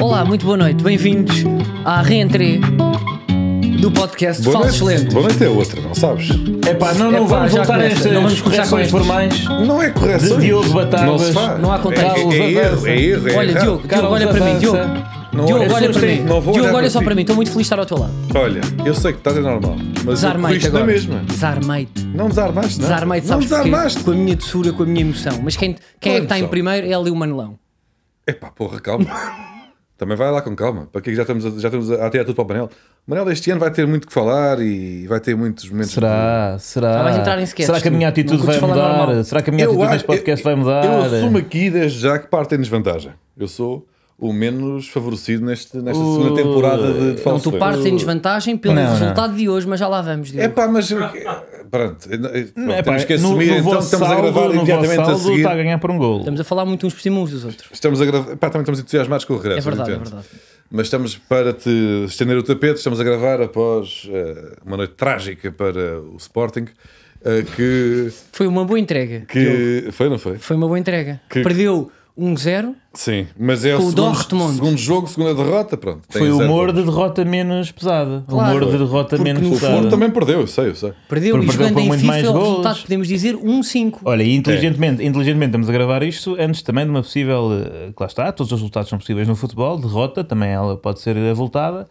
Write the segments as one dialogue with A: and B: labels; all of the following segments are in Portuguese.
A: Olá, muito boa noite. Bem-vindos à reentrée do podcast
B: Boa
A: Falsos
B: noite.
A: Lentos.
B: Boa noite é outra, não sabes?
C: É pá, não, não
A: Epá,
C: vamos
A: já
C: voltar a
A: começa.
C: estas
A: Não vamos começar com
C: correções
A: isto.
C: formais.
B: Não é correção.
C: De Diogo Batáguas.
B: Não se faz.
A: Não há contrato.
B: É, é, é erro, é erro. É
A: Olha,
B: errado.
A: Diogo, Diogo,
C: Carlos
A: olha para mim,
C: avança.
A: Diogo.
B: Não
A: Diogo,
B: olhas
A: olha
B: para
A: para
B: mim.
A: mim.
B: Não vou
A: Diogo,
B: olhar
A: olha
B: para
A: só
B: ti.
A: para mim. Estou muito feliz de estar ao teu lado.
B: Olha, eu sei que estás anormal, mas eu
A: Desarmei-te
B: corrijo na
A: agora.
B: mesma.
A: Desarmei-te.
B: Não desarmaste, não. é?
A: Desarmei-te,
B: não
A: sabes porquê?
B: desarmaste.
A: Com a minha doçura, com a minha emoção. Mas quem, quem é que está em
B: emoção?
A: primeiro é ali o Manelão.
B: Epá, porra, calma. Também vai lá com calma. Para que é que já estamos, a, já estamos a, a tirar tudo para o Manel? O Manel este ano vai ter muito que falar e vai ter muitos momentos.
C: Será?
A: Já
C: Será?
A: vais entrar em sketches,
C: Será que a minha
A: tu.
C: atitude
A: Não
C: vai
A: curtes falar
C: mudar?
A: normal.
C: Será que a minha atitude
B: acho-
C: neste
B: eu-
C: podcast vai mudar?
B: Eu assumo aqui desde já que parte em desvantagem. Eu sou o menos favorecido neste, nesta segunda temporada de, de
A: Então
B: Falso
A: tu
B: Lento.
A: partes em desvantagem pelo
C: Não, não.
A: resultado de hoje, mas já lá vamos,
B: É
A: Diogo.
B: pá, mas. eu- Pronto, eu- eu- pronto,
C: Epá,
B: temos que
C: no-
B: assumir
C: no
B: então
C: vosso
B: estamos a
C: saldo-
B: gravar
C: no
B: imediatamente
C: vosso
B: a
C: saldo
B: seguir.
C: Está a ganhar por um gol.
A: Estamos a falar muito uns por cima uns dos outros.
B: Estamos a gravar. Pá, também estamos entusiasmados com o regresso.
A: É verdade,
B: entende?
A: é verdade.
B: Mas estamos para te estender o tapete, estamos a gravar após eh, uma noite trágica para o Sporting. eh, que
A: Foi uma boa entrega.
B: que foi, não foi?
A: Foi uma boa entrega.
B: Que-
A: Perdeu 1-0.
B: Sim, mas é
A: Com o
B: o segundo,
A: Dortmund.
B: segundo jogo, segunda derrota. Pronto, tem
C: Foi o
B: zero
C: humor
B: pontos.
C: de derrota menos pesada. O
A: Claro.
C: humor de derrota
A: Porque
C: menos
A: no
B: O Porto
C: pesada.
B: também perdeu, eu sei, eu sei.
A: Perdeu
C: Por-
A: e
C: perdeu
A: jogando
C: por
A: em
C: muito
A: FIFA,
C: mais
A: o
C: golos.
A: resultado podemos dizer 1-5.
C: Olha,
B: É.
C: e inteligentemente, inteligentemente estamos a gravar isto antes também de uma possível. eh, Que lá está, todos os resultados são possíveis no futebol. Derrota também ela pode ser avultada.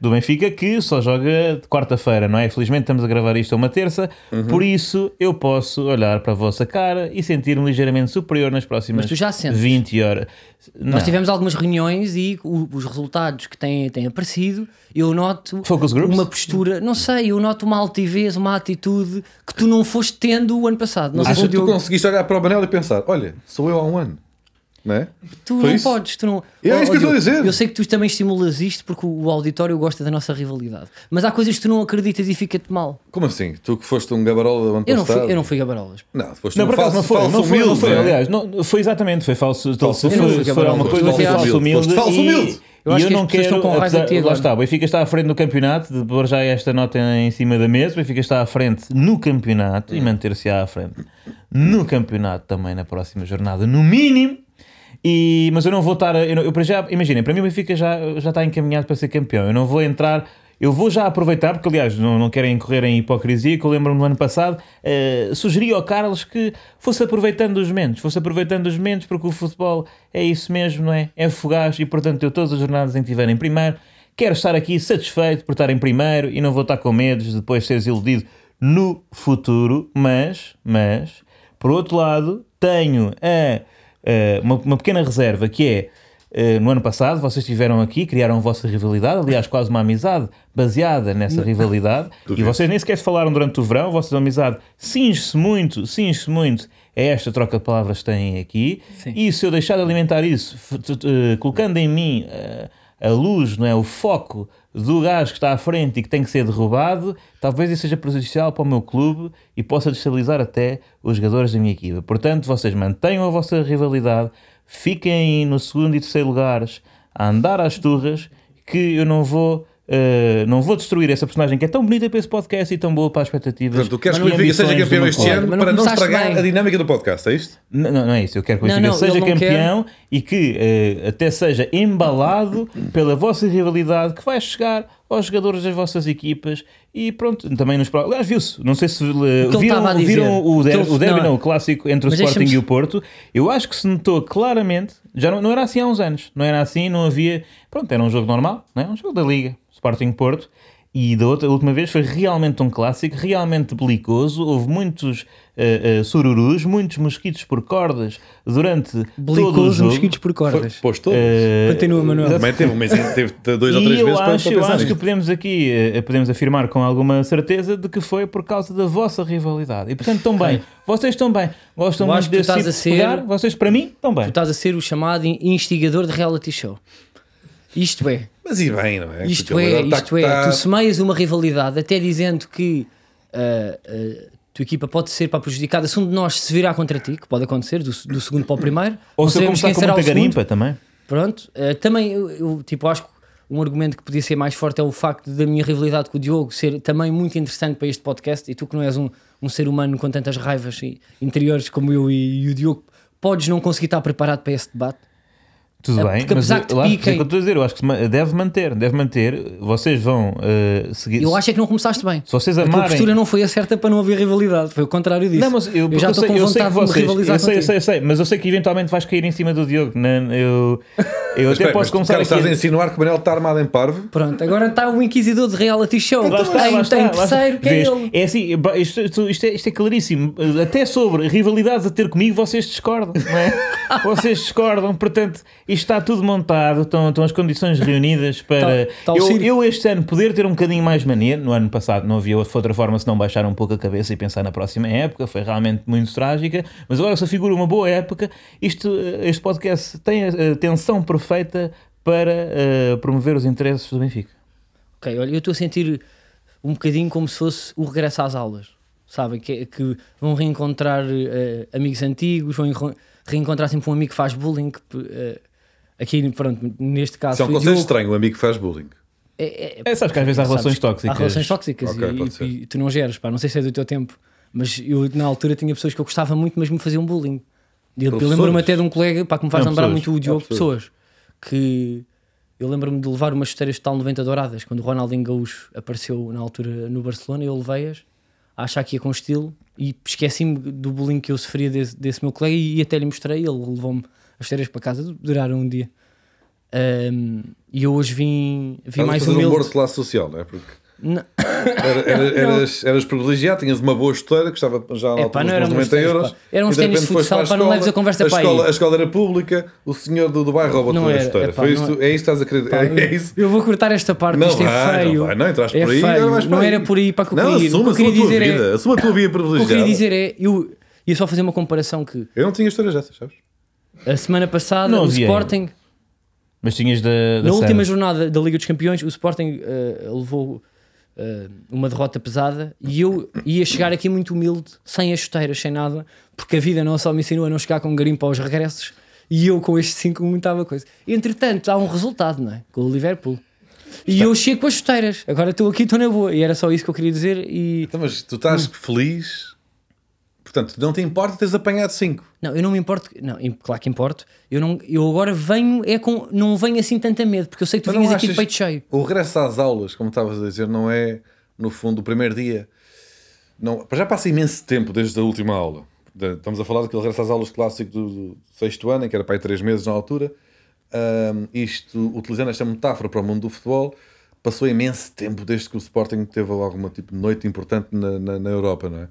C: Do Benfica que só joga de quarta-feira, não é? Felizmente estamos a gravar isto a uma terça,
B: Uhum.
C: por isso eu posso olhar para a vossa cara e sentir-me ligeiramente superior nas próximas
A: tu já sentes.
C: 20 horas. Não.
B: É.
A: Nós tivemos algumas reuniões e o- os resultados que têm, têm aparecido, eu noto
C: Focus groups?
A: uma postura, não sei, eu noto uma altivez, uma atitude que tu não foste tendo o ano passado. Não sei
B: Acho
A: se
B: que
A: o
B: tu
A: Diogo-
B: conseguiste olhar para o Manel e pensar: olha, sou eu há um ano, não é?
A: Tu
B: Foi
A: não
B: isso?
A: podes, tu não.
B: É isso que eu estou a
A: Diogo,
B: dizer.
A: Eu sei que tu também estimulas isto porque o o auditório gosta da nossa rivalidade, mas há coisas que tu não acreditas e fica-te mal.
B: Como assim? Tu que foste um gabarola do ano
A: Eu não
B: passado?
A: fui, eu não fui gabarolas.
B: Não, foste
C: Não,
B: um
C: por acaso
B: falso,
C: não foi,
B: falso
C: não foi,
B: humilde.
C: não foi.
B: é?
C: Aliás, não, foi exatamente, foi falso.
B: Falso
C: foi,
B: humilde,
C: foi,
A: Gabriel,
C: uma
A: foste
C: coisa que era
A: falso
C: falso
B: humilde,
C: humilde.
B: foste falso
C: e-
A: Eu
B: humilde.
C: E
A: acho que
C: eu
A: as
C: não
A: pessoas
C: quero.
A: estão com raiva de
C: apesar-
A: ti agora.
C: Lá está, o Benfica está à frente no campeonato, de pôr já esta nota em cima da mesa. O Benfica está à frente no campeonato e manter-se à frente no campeonato também na próxima jornada, no mínimo. E, mas eu não vou estar. a- Eu, não- eu para já, imaginem, para mim o Benfica já, já está encaminhado para ser campeão. Eu não vou entrar. Eu vou já aproveitar, porque aliás não, não querem correr em hipocrisia, que eu lembro-me no ano passado, eh, sugeri ao Carlos que fosse aproveitando os momentos, fosse aproveitando os momentos, porque o futebol é isso mesmo, não é? É fugaz e portanto eu todas as jornadas em que estiver em primeiro, quero estar aqui satisfeito por estar em primeiro e não vou estar com medos de depois ser desiludido no futuro, mas, mas, por outro lado, tenho a, eh, uma, uma pequena reserva que é eh, no ano passado vocês estiveram aqui, criaram a vossa rivalidade, aliás, quase uma amizade baseada nessa rivalidade, e vocês nem sequer se falaram durante o verão, a vossa amizade cinge-se muito, cinge-se muito a esta troca de palavras que têm aqui, e se eu deixar de alimentar isso, f- t- t- eh, colocando em mim eh, a luz, não é? o foco do gajo que está à frente e que tem que ser derrubado, talvez isso seja prejudicial para o meu clube e possa destabilizar até os jogadores da minha equipa. Portanto, vocês mantenham a vossa rivalidade, fiquem aí no segundo e terceiro lugares a andar às turras, que eu não vou. eh, não vou destruir essa personagem que é tão bonita para esse podcast e tão boa para as expectativas.
B: Portanto, tu queres que o
C: e
B: Benfica seja
C: ambições do
B: campeão
C: meu
B: este
C: clube.
B: ano
A: Mas não
B: para não
A: começaste
B: estragar
A: bem.
B: a dinâmica do podcast, é isto?
C: Não, não, não é isso. Eu quero que o
A: Não,
C: Benfica
A: não,
C: seja
A: ele não
C: campeão e que eh, até seja embalado pela vossa rivalidade que vai chegar aos jogadores das vossas equipas e pronto, também nos próximos. Aliás, viu-se. Não sei se eh,
A: que ele
C: viram,
A: estava a dizer.
C: viram o, der,
A: Que ele-
C: o derby,
A: não.
C: não. o clássico entre o
A: Mas
C: Sporting
A: deixa-me-
C: e o Porto. Eu acho que se notou claramente. Já não, não era assim há uns anos. Não era assim, não havia. Pronto, era um jogo normal, não é? um jogo da Liga, Sporting-Porto. E da outra, a última vez foi realmente um clássico, realmente belicoso. Houve muitos eh, eh, sururus, muitos mosquitos por cordas durante todo o
A: Belicoso,
C: jogo.
A: mosquitos por cordas.
B: Pôs todos.
C: Eh,
A: Continua, Manuel.
B: Também teve, um mês, teve dois ou
C: e
B: três
C: eu
B: meses para-
C: acho,
B: para
C: eu
B: pensar
C: acho que
B: nisto.
C: podemos aqui eh, podemos afirmar com alguma certeza de que foi por causa da vossa rivalidade. E portanto estão bem. Vocês estão bem. Gostam
A: Eu
C: muito
A: acho que tu
C: desse
A: estás
C: tipo
A: a
C: de
A: ser-
C: lugar. Vocês para mim estão
A: Tu
C: bem.
A: estás a ser o chamado in- instigador de reality show. Isto é,
B: Mas e bem, não é?
A: isto
B: Porque ele
A: é,
B: agora está-
A: isto é.
B: está-
A: Tu semeias uma rivalidade, até dizendo que ah, ah, a tua equipa pode ser para prejudicada se um de nós se virar contra ti, que pode acontecer, do, do segundo para o primeiro.
C: Ou
A: não
C: se eu
A: sabemos
C: começar
A: quem
C: com
A: será
C: muita
A: o segundo.
C: garimpa também.
A: Pronto, eh, também eu, eu, tipo, acho que um argumento que podia ser mais forte é o facto da minha rivalidade com o Diogo ser também muito interessante para este podcast e tu que não és um, um ser humano com tantas raivas e- interiores como eu e, e o Diogo, podes não conseguir estar preparado para esse debate.
C: Tudo
A: É,
C: bem,
A: porque
C: mas
A: apesar que
C: eu, eu acho
A: te
C: que é o que
A: piquem-
C: eu estou a dizer, eu acho que se ma- deve manter, deve manter. Vocês vão eh, seguir.
A: Eu acho é que não começaste bem.
C: se vocês
A: A tua
C: amarem.
A: postura não foi a certa para não haver rivalidade, foi o contrário disso.
C: Não, mas eu, porque
A: já
C: eu
A: estou
C: sei,
A: com
C: eu sei que
A: vontade de me
C: vocês,
A: rivalizar
C: eu sei, eu
A: contigo.
C: sei, eu sei, mas eu sei que eventualmente vais cair em cima do Diogo. Não, eu eu até
B: Espera, mas
C: posso
B: tu,
C: começar
B: Carlos,
C: aqui.
B: estás a insinuar que o Manel está armado em parvo?
A: Pronto, agora está o Inquisidor de Reality Show.
C: Então, Lá está,
A: Então, tem
C: lá está,
A: tem
C: lá está.
A: terceiro, que é
C: Vês?
A: ele.
C: É assim, ba- isto, isto- isto é, isto é claríssimo. Até sobre rivalidades a ter comigo, vocês discordam, não é? vocês discordam, portanto, isto está tudo montado, estão, estão as condições reunidas para.
A: Tá- tá o
C: eu,
A: circo.
C: eu este ano poder ter um bocadinho mais mania. No ano passado não havia outra forma senão baixar um pouco a cabeça e pensar na próxima época, foi realmente muito trágica, mas agora se figura uma boa época. Isto, eh, este podcast tem a a tensão perfeita para eh, promover os interesses do Benfica.
A: Ok, olha, eu estou a sentir um bocadinho como se fosse o regresso às aulas. Sabem? Que, que vão reencontrar eh, amigos antigos, vão enro- reencontrar sempre um amigo que faz bullying. que, eh, aqui, pronto, neste caso.
B: Isso é um
A: foi o
B: conceito
A: Diogo.
B: estranho, o amigo que faz bullying.
A: É- é-
C: É, sabes que às vezes há relações
A: Sabes,
C: tóxicas.
A: Há relações tóxicas
B: Ok,
A: e-
B: pode
A: e-
B: ser.
A: e, tu não geras, pá, não sei se é do teu tempo, mas eu na altura tinha pessoas que eu gostava muito, mas me faziam bullying. E Eu, eu
B: Professores?
A: lembro-me até de um colega, pá, que me faz
C: Não,
A: lembrar
C: pessoas.
A: muito o Diogo,
B: Ah, pessoas.
A: pessoas. que eu lembro-me de levar umas chuteiras de tal 90 douradas, quando o Ronaldinho Gaúcho apareceu na altura no Barcelona, eu levei-as a achar que ia com estilo e esqueci-me do bullying que eu sofria desse, desse meu colega e até lhe mostrei, ele levou-me as chuteiras para casa, duraram um dia. Ahm, e eu hoje vim, vim
B: Estás a
A: mais
B: fazer um
A: humilde.
B: morto laço social, não é? Porque
A: Não.
B: era- era- eras, eras privilegiado, tinhas uma boa esteira, custava já na
A: É,
B: altura
A: pá, não
B: uns
A: eram
B: 90
A: umas esteiras,
B: euros.
A: pá. Eram uns
B: e
A: ténis
B: de
A: de
B: repente foste
A: futsal,
B: para
A: pá, não leves a conversa para aí.
B: escola, A escola era pública, o senhor do, do bairro
A: Não
B: roubou-te a
A: era,
B: esteira.
A: é pá, não
B: Foi isto, é isso que estás a querer.
A: Pá,
B: é isso.
A: Eu vou cortar esta parte,
B: Não
A: isto é
B: vai,
A: feio.
B: não vai, não entraste
A: é
B: por aí,
A: feio.
B: agora vais para
A: não
B: aí.
A: era por aí para que eu
B: Não,
A: queria ir.
B: assuma,
A: o que eu
B: assuma a
A: queria
B: tua
A: dizer
B: vida,
A: é,
B: assuma a tua vida
A: o que eu queria
B: privilegiada.
A: dizer é, eu ia só fazer uma comparação que
B: Eu não tinha esteiras dessas, sabes?
A: a semana passada
C: Não
A: o
C: havia
A: Sporting,
C: Mas tinhas da. da
A: na
C: Sam.
A: última jornada da Liga dos Campeões, o Sporting eh, levou eh, uma derrota pesada e eu ia chegar aqui muito humilde, sem as chuteiras, sem nada, porque a vida não só me ensinou a não chegar com garimpo aos regressos e eu com este 5 muitava coisa. Entretanto, há um resultado, não é? Com o Liverpool. E eu chego com as chuteiras. Agora estou aqui, estou na boa. E era só isso que eu queria dizer. E
B: Então, mas tu estás feliz, portanto, não te importa teres apanhado 5.
A: Não, eu não me importo. Não, im- claro que importo. Eu, não, eu agora venho, é com. Não venho assim tanto a medo, porque eu sei que tu
B: Mas Então não
A: vinhas aqui de
B: achas-
A: peito cheio.
B: O regresso às aulas, como estavas a dizer, não é, no fundo, o primeiro dia. Não, já passa imenso tempo desde a última aula. Da- Estamos a falar daquele regresso às aulas clássico do, do sexto ano, em que era para aí três meses na altura. Ahm, isto, utilizando esta metáfora para o mundo do futebol, passou imenso tempo desde que o Sporting teve alguma tipo de noite importante na, na, na Europa, não é?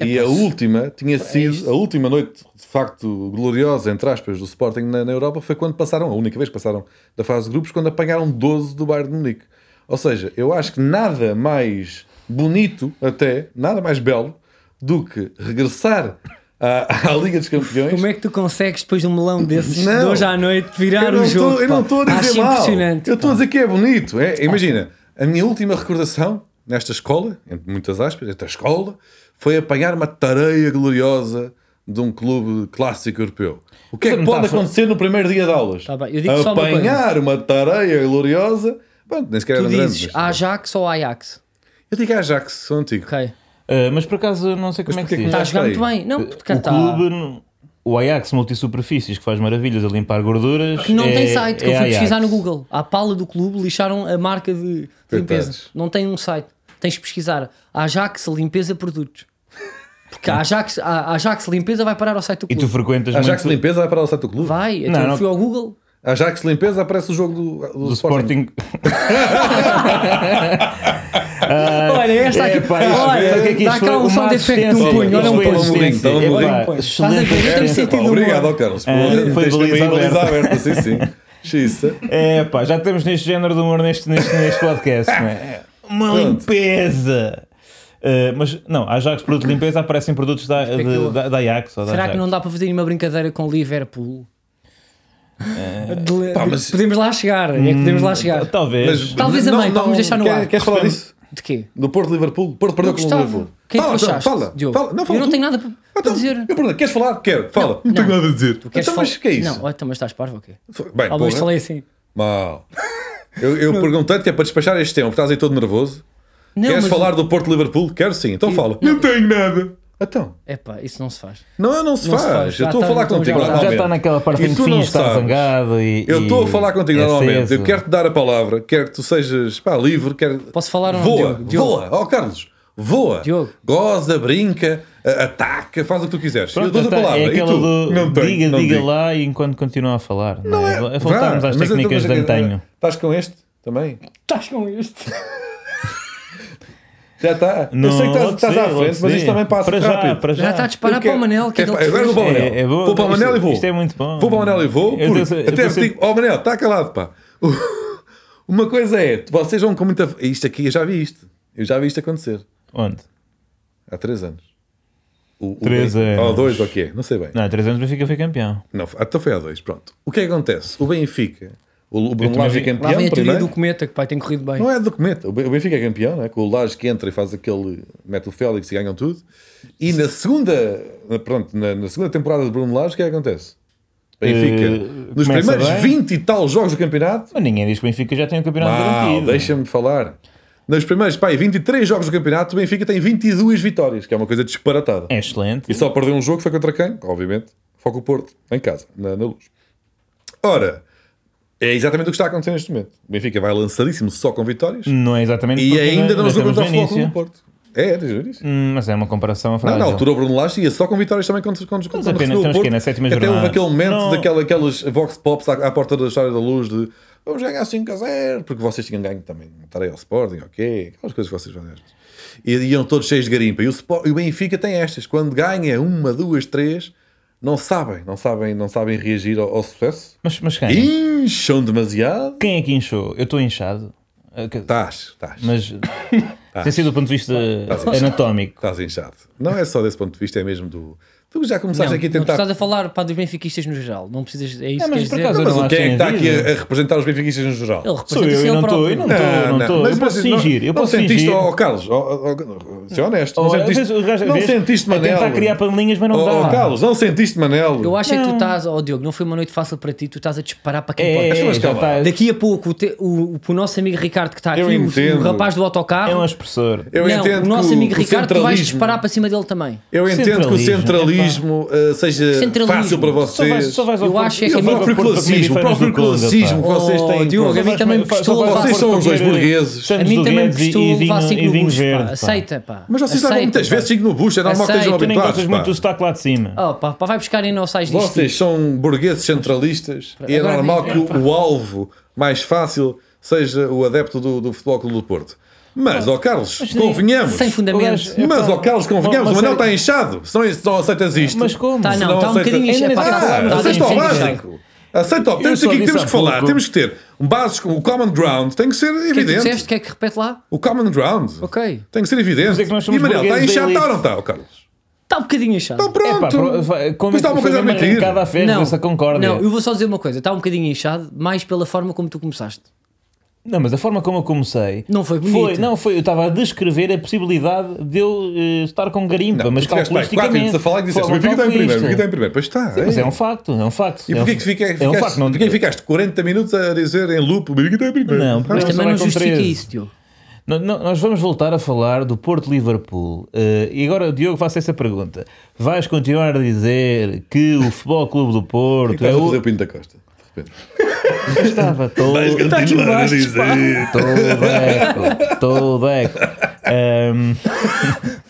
B: Ah, e a última tinha sido, a última noite de facto gloriosa, entre aspas, do Sporting na, na Europa foi quando passaram, a única vez que passaram da fase de grupos, quando apanharam 12 do Bayern de Munique. Ou seja, eu acho que nada mais bonito, até, nada mais belo, do que regressar à, à Liga dos Campeões
A: Como é que tu consegues, depois de um melão desses,
B: Não.
A: de hoje à noite, virar
B: eu
A: o
B: não
A: um jogo?
B: Tô, eu não
A: pá?
B: estou a dizer
A: Acho
B: mal.
A: impressionante.
B: Eu estou
A: pá.
B: a dizer que é bonito. É, imagina, a minha última recordação nesta escola, entre muitas aspas, esta escola, foi apanhar uma tareia gloriosa de um clube clássico europeu. O que é
C: Essa
B: que pode
C: metáfora-
B: acontecer no primeiro dia de aulas?
A: Tá bem, eu digo só uma coisa.
B: apanhar uma tareia gloriosa. Bom, nem sequer
A: Tu
B: era grande.
A: dizes
B: mas-
A: Ajax ou Ajax?
B: Eu digo Ajax, sou antigo.
A: Ok.
C: Eh, mas por acaso não sei como é
B: Mas
C: que se
B: porquê
C: diz.
A: Está a
B: Não
A: jogar
B: sei.
A: muito bem. Não, tá- porque
C: O
A: está.
C: clube. no- O Ajax Multisuperfícies, que faz maravilhas a limpar gorduras.
A: Que não
C: é-
A: tem site, que
C: é
A: eu fui
C: Ajax.
A: pesquisar no Google. À pala do clube lixaram a marca de de limpeza.
B: Coitados.
A: Não tem um site. Tens de pesquisar Ajax Limpeza Produtos. Porque a Ajax, a Ajax Limpeza vai parar ao site do
C: E
A: clube.
C: tu frequentas
B: Ajax
C: muito
B: Limpeza vai para o site do clube.
A: Vai, então
C: Não,
A: eu
C: não.
A: fui ao Google.
B: Ajax Limpeza aparece o jogo do, do,
C: o
B: Sporting.
C: Sporting.
B: Ah,
A: Olha, esta tá aqui.
C: Epá, isto- sabe o que é
A: olha,
C: que
A: dá
C: isto foi?
A: cá um
C: Uma
A: som de efeito de um
C: assistência.
A: punho. Olha um
C: Isto foi
A: punho.
B: punho,
C: assistência.
B: então,
C: Epá,
A: olho, um punho.
C: excelente
A: Estás a ver? Eu tenho
C: assistência.
A: sentido
B: Pá,
A: humor.
B: obrigado ao Carlos.
C: Ah,
B: Tens
C: foi
B: de ter
C: baliza
B: baliza
C: aberta.
B: aberta, sim, sim. Xiça.
C: É pá, já estamos neste género de humor neste, neste, neste podcast, não é? Uma
B: Pronto.
C: limpeza! Uh, mas não, há Ajax produto de limpeza aparecem produtos da,
B: é
A: que
C: de,
A: eu-
C: da, da Ajax ou da
A: Será
C: Ajax.
A: que não dá para fazer uma brincadeira com Liverpool? De-
B: Ah, Pá,
A: de-
B: mas- Hum, tá-
A: Podemos lá chegar. É que podemos lá chegar.
C: Talvez.
B: Mas-
A: Talvez a
B: Não,
A: mãe, pá,
B: não,
A: vamos deixar no
B: quer-
A: ar.
B: Queres falar disso?
A: De quê?
B: Do Porto Liverpool? Porto perdeu com o
A: Gustavo,
B: Liverpool.
A: quem é que
B: fala,
A: tu
B: João,
A: achaste,
B: fala,
A: Diogo?
B: fala. Não, fala
A: Eu não
B: tu.
A: tenho nada para- para
B: Então,
A: dizer.
B: Eu pergunto, queres falar? Quero, fala. Não, tenho nada a dizer.
A: Tu queres
B: então, mas
A: falar-
B: o que é isso? É
A: Não, olha, então, mas estás parvo ou quê?
B: Bem,
A: Algumas
B: porra.
A: falei assim.
B: Mal. Eu, eu perguntei-te é para despachar este tema, porque estás aí todo nervoso.
A: Não,
B: queres
A: mas-
B: falar do Porto Liverpool? Quero sim, então fala. Não, tenho nada. Então,
A: É pá, isso não se faz.
B: não, eu não se
A: Não se
B: faz.
A: faz. Já
B: Eu estou a
A: tá-
B: falar
A: então já
B: contigo
A: tá-
C: Já
B: normalmente.
C: está naquela parte
B: E
C: em que
B: tu
C: sim,
B: não
C: está
B: sabes.
C: zangado e.
B: Eu estou a falar contigo
C: é
B: normalmente.
C: aceso.
B: Eu quero te dar a palavra, quero que tu sejas pá, livre, quero.
A: Posso falar ou não?
B: Voa,
A: Diogo, Diogo.
B: voa, ó Carlos, voa,
A: Diogo.
B: goza, brinca, a- ataca, faz o que tu quiseres. eu
C: Pronto,
B: dou-te a
C: tá,
B: palavra.
C: é
B: e
C: aquela
B: tu?
C: do
B: Não tenho,
C: diga,
B: não
C: diga
B: digo.
C: lá e enquanto continua a falar. Não, é?
B: Vá,
C: é voltarmos às
B: mas então,
C: técnicas de
B: mas é que-
C: antanho.
B: Estás com este também?
A: Estás com isto?
B: Já está. Eu
C: Não,
B: sei que estás,
C: logo
B: estás
C: sim,
B: à
C: logo
B: frente, mas
C: sim.
B: isto também passa
C: Para já,
B: rápido.
C: para já.
A: Já está a disparar
B: Eu
A: para o
B: quero-
A: Manel. Que
B: É
A: ele
B: pá, agora
A: fez.
B: vou para o Manel.
C: É, é bom,
B: vou para o
C: isto-
B: Manel e vou.
C: isto é muito bom.
B: Vou para o Manel e vou.
C: Eu
B: porque
C: tô- eu tô
B: até
C: sempre-
B: digo, ó Manel, está calado, pá. Uma coisa é, vocês vão com muita. Isto aqui, eu já vi isto. Eu já vi isto acontecer.
C: Onde?
B: Há 3 anos. O, o
C: Três
B: Ben-
C: anos.
B: Ou 2 ou o quê? Não sei bem.
C: Não, 3 anos o Benfica foi campeão.
B: Não, até foi há 2, pronto. O que é que acontece? O Benfica, o, o
C: também
B: Laje é
C: vi-
A: Lá
B: campeão
A: vem a teoria
B: primeiro.
A: do cometa que pai tem corrido bem.
B: Não é documento. O Ben- o Benfica é campeão, não é? com o Laje que entra e faz aquele. mete o Félix e ganham tudo. E na segunda. na- Pronto, na, na segunda temporada de Bruno Laje, o que é que acontece? Benfica,
C: Eh,
B: nos
C: começa
B: primeiros
C: bem.
B: 20 e tal jogos do campeonato.
C: Mas ninguém diz que o Benfica já tem o campeonato
B: Uau,
C: garantido.
B: deixa-me falar. Nos primeiros, pá, e 23 jogos do campeonato, o Benfica tem 22 vitórias, que é uma coisa disparatada.
C: É excelente.
B: E só perdeu um jogo, foi contra quem? Obviamente, foi com o Porto, em casa, na, na luz. Ora, é exatamente o que está a acontecer neste momento. O Benfica vai lançadíssimo só com vitórias
C: Não é exatamente
B: e
C: porque
B: ainda não jogou
C: estamos
B: contra o Futebol Clube
C: no
B: do
C: início.
B: Porto. É, era juro isso.
C: Hum, Mas é uma comparação
B: Não,
C: frágil.
B: na altura o Bruno Lage ia só com vitórias também contra, contra, contra
C: apenas
B: recebeu o
C: estamos
B: Porto.
C: aqui na sétima
B: que até houve
C: jornada.
B: aquele momento
C: Não.
B: daquela, aquelas vox pops à, à porta da história da luz de vamos ganhar 5 a 0, porque vocês tinham ganho também. Estarei ao Sporting, ok, aquelas coisas que vocês fazem. E iam todos cheios de garimpa. E o, Sport- e o Benfica tem estas. Quando ganha uma, duas, três, não sabem, não sabem, não sabem reagir ao, ao sucesso.
C: Mas, mas quem?
B: Incham demasiado.
C: Quem é que inchou? Eu estou inchado. Ah, que-
B: Estás, estás.
C: Mas
B: Tá.
C: tem sido do ponto de vista Tá, anatómico.
B: Estás inchado. Não é só desse ponto de vista, é mesmo do. Tu já começaste
A: Não,
B: aqui a
A: não, tu
B: tentar
A: estás a falar para dos benfiquistas no geral. Não precisas. É isso
C: É,
A: que queres
C: mas por
A: dizer?
C: acaso-
B: Não, mas
C: Não,
B: o que é que
C: acho
B: está
C: que
B: aqui
C: é
B: a, a representar os benfiquistas no geral?
A: Ele
C: Sou
A: representa-se
C: eu, eu
A: ele
C: não estou, eu não
A: próprio.
C: estou, não estou. Eu posso
B: vocês- não-
C: fingir, eu
B: não
C: posso
B: sentiste,
C: fingir.
B: ó, Carlos, ó, ó, ó, ser honesto, não
C: Ou, às
B: sentiste,
C: vezes, o gajo-
B: não
C: vês,
B: sentiste
C: a Tentar
B: Manel.
C: criar panelinhas, mas não
B: Ó, ó,
C: dá.
B: Carlos, não sentiste Manel.
A: Eu acho é que tu
C: Não.
A: estás, oh Diogo, não foi uma noite fácil para ti, tu estás a disparar para quem
C: é,
A: pode.
B: Mas
C: já
B: calma.
C: tá-
A: Daqui a pouco, o, te- o, o- o nosso amigo Ricardo que está aqui,
B: Eu
A: o- o,
B: entendo.
A: rapaz do autocarro,
C: é um expressor.
B: Eu
A: não,
B: entendo
A: o nosso
B: que
A: amigo
B: que o
A: Ricardo, tu vais
B: centralismo-
A: disparar para cima dele também.
B: Eu entendo que o centralismo
C: Centralismo,
B: eh, seja
A: Centralismo.
B: fácil para
C: Só
B: vocês.
C: vais, só vais
A: Eu
C: ao
A: acho é
B: E
A: que
B: o
A: a mim-
B: próprio classismo, o
C: é
B: próprio classismo que vocês
A: Oh,
B: têm.
A: Diogo, a
B: pronto.
A: mim também me custou
B: Vocês são os dois burgueses.
A: eh, A mim também me custou levar cinco no bucho, pá. Aceita, pá.
B: Mas vocês
A: Aceita,
B: levam muitas
A: pá.
B: vezes signo no bucho, é normal que
A: Aceito,
B: estejam
A: tu
C: Tu nem
B: habituados.
C: gostas muito do
B: pá.
C: sotaque lá de cima.
A: Oh, pá, pá, vai buscar aí não sais disto.
B: Vocês são burgueses centralistas e é
A: Agora
B: normal
A: diz-
B: que o, o alvo mais fácil seja o adepto do, do Futebol Clube do Porto. Mas, ó Carlos, convenhamos.
A: Sem fundamentos. é-
C: gajo-
B: Mas, ó Carlos, convenhamos.
C: Mas é-
B: O Manel
C: sei-
B: está inchado. Se não, se não aceitas isto.
C: Mas como?
A: Tá,
B: Se
A: não, tá um
B: aceita-
A: bocadinho inchado,
B: Ah,
A: pá, tá- tá
B: aceita o
A: bem inchado.
B: básico. Aceita o- Temos
C: só
B: aqui
C: disse
B: temos
C: há
B: que falar.
C: pouco.
B: Temos que ter um bases com o common ground. Tem que ser
A: O que é que tu
B: evidente.
A: disseste? O que é que repete lá?
B: O common ground.
A: Ok.
B: Tem que ser
C: Mas
B: evidente.
C: é que nós
B: E
C: somos
B: Manel está
C: burgueses da
B: inchado, está ou
C: elite.
B: não está, ó Carlos?
A: Está um bocadinho inchado.
B: Então
C: É pá,
B: pronto.
C: pro- como
B: Isto há uma
C: foi
B: coisa a
C: uma
B: mentir.
C: arrancada à festa,
A: Não,
C: essa concórdia.
A: não, eu vou só dizer uma coisa. Está um bocadinho inchado, mais pela forma como tu começaste.
C: Não, mas a forma como eu comecei.
A: Não foi bonito.
C: Foi, não, foi. Eu estava a descrever a possibilidade de eu eh, estar com garimpa,
B: Não,
C: mas
B: tu tiveste, pá, quatro
C: calculisticamente.
B: minutos a falar e disseste: o
C: Forma
B: Benfica está em primeiro, o Benfica está
C: calculista.
B: em primeiro. Pois está.
C: Mas
B: é.
C: é um facto, é um facto.
B: E
C: é um
B: porquê que
C: fa-
B: fica-
C: É um
B: ficaste,
C: facto, não
B: porquê que ficaste 40 minutos a dizer em loop o Benfica está em primeiro?
C: Não,
A: Mas
C: Não,
A: também
C: vai
A: não
C: com
A: justifica
C: 13.
A: isso, Diogo.
C: No- no- Nós vamos voltar a falar do Porto Liverpool. Eh, e agora, Diogo, faço essa pergunta. Vais continuar a dizer que o Futebol Clube do Porto é
B: Estás a fazer
C: o.
B: o Pinto da Costa. de repente.
C: Eu estava todo.
B: continuar
C: Está aqui
B: a
C: baixo,
B: dizer.
C: pá. Todo eco, todo eco. Ahm,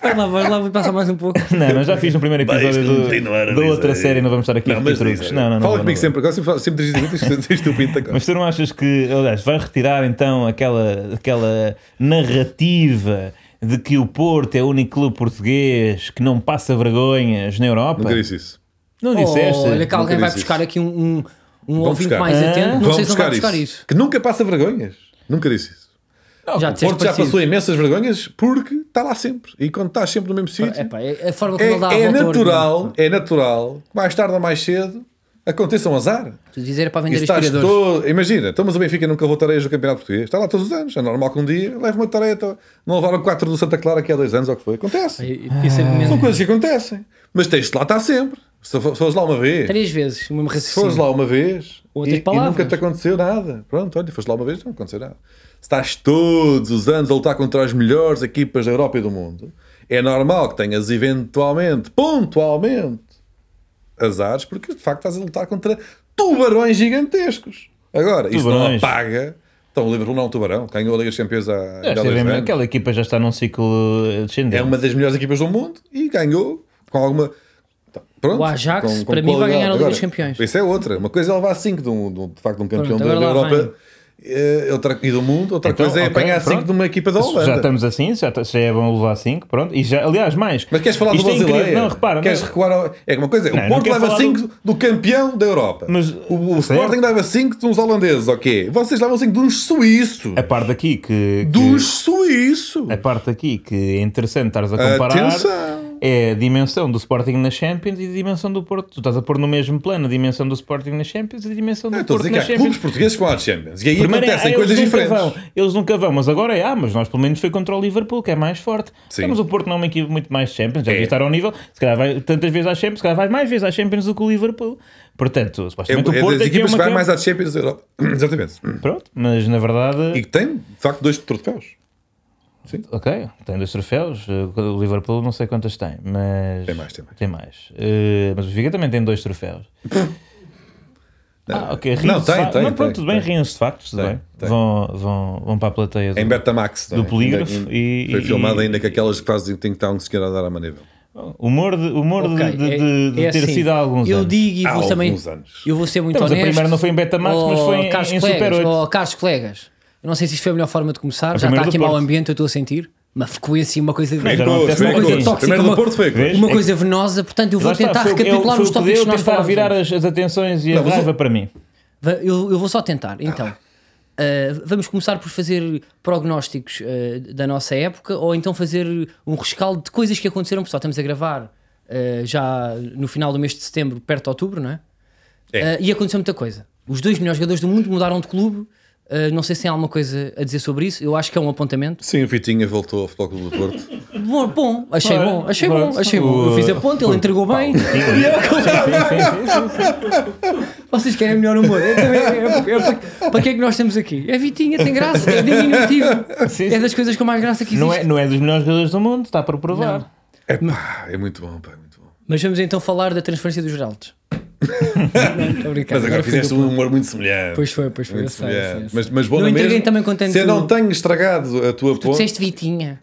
A: Vai lá, vai lá, vou passar mais um pouco.
C: não, não, já fiz no primeiro
B: Vais
C: episódio do-
B: continuar a
C: da
B: dizer.
C: outra série, não vamos estar aqui a
B: Não, mas
C: repetir truques.
B: diz,
C: Não, não, não.
B: Fala
C: vou, não
B: comigo
C: vou.
B: sempre, agora sempre, falo- sempre dizes que tens- tens o Pinto da Costa.
C: Mas tu não achas que, aliás, vai retirar então aquela, aquela narrativa de que o Porto é o único clube português que não passa vergonhas na Europa?
B: Nunca disse isso.
C: Não
A: Oh,
C: disseste?
A: olha que alguém
B: Nunca
A: vai
B: disse
A: buscar
B: isso.
A: aqui um, um, um ouvinte
B: buscar.
A: mais
C: Ah?
A: atento. Não
B: Vão
A: sei se não vai buscar isso.
B: Que nunca passa vergonhas. Nunca disse isso.
A: Já
B: O
A: disseste
B: Porto já
A: parecido.
B: passou imensas vergonhas porque está lá sempre. E quando estás sempre no mesmo sítio,
A: É, pá, é a forma como ele dá a
B: é, é
A: volta ao
B: natural,
A: argumento,
B: é natural que mais tarde ou mais cedo aconteça um azar.
A: pá. Tu dizer é para
B: E
A: vender
B: se estás
A: aspiradores.
B: todo. Imagina, então, mas o Benfica nunca levou tareias do Campeonato Português. Está lá todos os anos. É normal que um dia leve uma tareia. então, Não levaram quatro do Santa Clara aqui há dois anos, ou o que foi. Acontece.
A: Isso é
B: São
C: Ah,
A: mesmo.
B: coisas que acontecem. Mas tens de lá estar sempre. Se fo- se fores lá uma vez,
A: Três vezes, o mesmo
B: se fores
A: raciocínio.
B: lá uma vez
A: Outras
B: e, e
A: palavras.
B: nunca te aconteceu nada. Pronto, olha, foste lá uma vez, não aconteceu nada. Se estás todos os anos a lutar contra as melhores equipas da Europa e do mundo É normal que tenhas eventualmente, pontualmente, azares, porque de facto estás a lutar contra tubarões gigantescos. Agora, isso não
C: Tubarões.
B: apaga. Então o Liverpool não é um tubarão, ganhou a Liga dos Campeões há
C: É,
B: ainda há
C: sim,
B: dois
C: mesmo,
B: anos.
C: aquela equipa já está num ciclo eh, descendente.
B: É uma das melhores equipas do mundo e ganhou com alguma. tá, Pronto,
A: O Ajax,
B: com- com
A: para mim, vai
B: qualidade.
A: ganhar a Liga
B: Agora,
A: dos Campeões.
B: Isso é outra. Uma coisa é levar 5 de, um, de, um- de facto de um campeão
A: Pronto,
B: da
A: agora
B: da
A: lá
B: Europa eh, outra, e do mundo, outra
C: Então,
B: coisa é
C: ok,
B: apanhar
C: pronto.
B: 5 de uma equipa da
C: Já
B: Holanda.
C: estamos assim, já, tá- já é bom levar 5, pronto. E já, aliás, mais.
B: Mas queres falar
C: Isto
B: do
C: é incrível.
B: brasileiro?
C: Não, repara,
B: Queres
C: não-
B: recuar ao... É que uma coisa, é,
C: Não,
B: o
C: não
B: Porto
C: quero
B: leva
C: falar
B: 5 do... campeão da Europa.
C: Mas-
B: o, o
C: certo.
B: Sporting leva 5 de uns holandeses, ok? Vocês levam 5 de uns suíços.
C: a parte aqui que. que-
B: Dos suíços.
C: A parte aqui que é interessante estares a comparar
B: Atenção.
C: é a dimensão do Sporting na Champions e a dimensão do Porto. Tu estás a pôr no mesmo plano a dimensão do Sporting na Champions e a dimensão do
B: Não, eu Estou a dizer
C: Porto
B: que
C: na
B: há
C: Champions.
B: clubes portugueses que vão à Champions. E aí
C: Primeiro é,
B: acontecem
C: ah,
B: coisas
C: eles nunca
B: diferentes.
C: Vão, eles nunca vão, mas agora é, ah, mas nós pelo menos foi contra o Liverpool, que é mais forte.
B: Sim.
C: Sim. Mas o Porto não é uma equipe muito mais Champions, já
B: É.
C: devia estar ao nível, se calhar vai tantas vezes à Champions, se calhar vai mais vezes à Champions do que o Liverpool. Portanto,
B: É,
C: supostamente o
B: é
C: Porto
B: das
C: é que é
B: equipas que
C: uma Hum.
B: vai
C: que-
B: mais à Champions da Europa. Exatamente.
C: Pronto, mas na verdade,
B: E que tem, de facto, dois troféus.
C: ok, tem dois troféus, eh, o Liverpool não sei quantas tem, mas...
B: Tem mais, tem mais.
C: Eh, mas o Benfica também tem dois troféus. Ah, ok,
B: Não,
C: riem-se
B: tem,
C: de facto.
B: tem,
C: Não, pronto,
B: tem,
C: tudo bem,
B: tem.
C: riem-se de facto, tudo
B: Tem,
C: bem.
B: tem.
C: Vão, vão, vão para a plateia do-
B: É Em Betamax. também.
C: Do polígrafo
B: Ainda-
C: e-
B: Foi
C: e-
B: filmado ainda com aquelas que fazem tem que estar um senhor a dar à manível.
C: Humor de, humor de-
A: Ok,
C: de,
A: é-
C: de- de
A: é
C: ter
A: assim,
C: sido há alguns
A: Eu
C: anos.
A: digo e
B: Há
A: vou também.
B: alguns anos.
A: Eu vou ser muito
C: Então, mas a
A: honesto.
C: primeira não foi em Betamax,
A: Oh,
C: mas foi em-
A: caros
C: em Super
A: colegas,
C: 8.
A: oh, caros colegas, eu não sei se isto foi a melhor forma de começar. Já
C: primeira
A: está
C: do
A: aqui mau
C: Porto.
A: ambiente, eu estou a sentir. Uma frequência, uma coisa
C: já não
B: Close,
C: acontece
B: foi
C: uma
B: a
C: coisa
B: Close.
A: tóxica,
B: Primeiro do
A: uma-
B: Porto foi a Close.
C: Vês?
A: Uma
C: É-
A: coisa venosa, portanto eu vou
C: Lá está,
A: tentar
C: foi o que eu-
A: recapitular
C: foi
A: os
C: o que
A: tópicos
C: deu
A: que nós
C: tentar
A: falámos.
C: virar as, as atenções e
B: Não,
C: a
B: mas
C: raiva
B: eu-
C: para mim.
A: Va- Eu, eu vou só tentar. Então, ah, vamos começar por fazer prognósticos ah, da nossa época ou então fazer um rescaldo de coisas que aconteceram. Pessoal, estamos a gravar ah, já no final do mês de setembro, perto de outubro, não é?
B: É.
A: Ah, e aconteceu muita coisa. Os dois melhores jogadores do mundo mudaram de clube. Ah, não sei se tem alguma coisa a dizer sobre isso. Eu acho que é um apontamento.
B: Sim, o Vitinha voltou ao Futebol Clube do Porto.
A: Bom, bom, achei
C: Ora,
A: bom, achei bom,
C: pronto.
A: achei bom. Eu fiz a
C: é? O-
A: ponta, ele entregou bem. Vocês querem melhor humor? Eu também, é- é- para, para que é que nós estamos aqui? É Vitinha, tem graça, é diminutivo.
C: Sim, sim.
A: É das coisas com mais graça que existe.
C: Não é, não é dos melhores jogadores do mundo, está por provar.
A: Não.
B: Epá, é muito bom, pá, é muito bom.
A: Mas vamos então falar da transferência dos Geraldes. Estou a brincar.
B: Mas agora
A: fui
B: fizeste
A: duplo.
B: um humor muito semelhante.
A: é Pois foi, pois foi. Eu
B: Muito
A: sei, eu sei, eu
B: semelhante.
A: sei.
B: Mas, mas bom
A: não
B: na
A: entreguei
B: mesma.
A: também com tanto.
B: Se eu não tenho estragado a tua ponta,
A: Disseste Vitinha.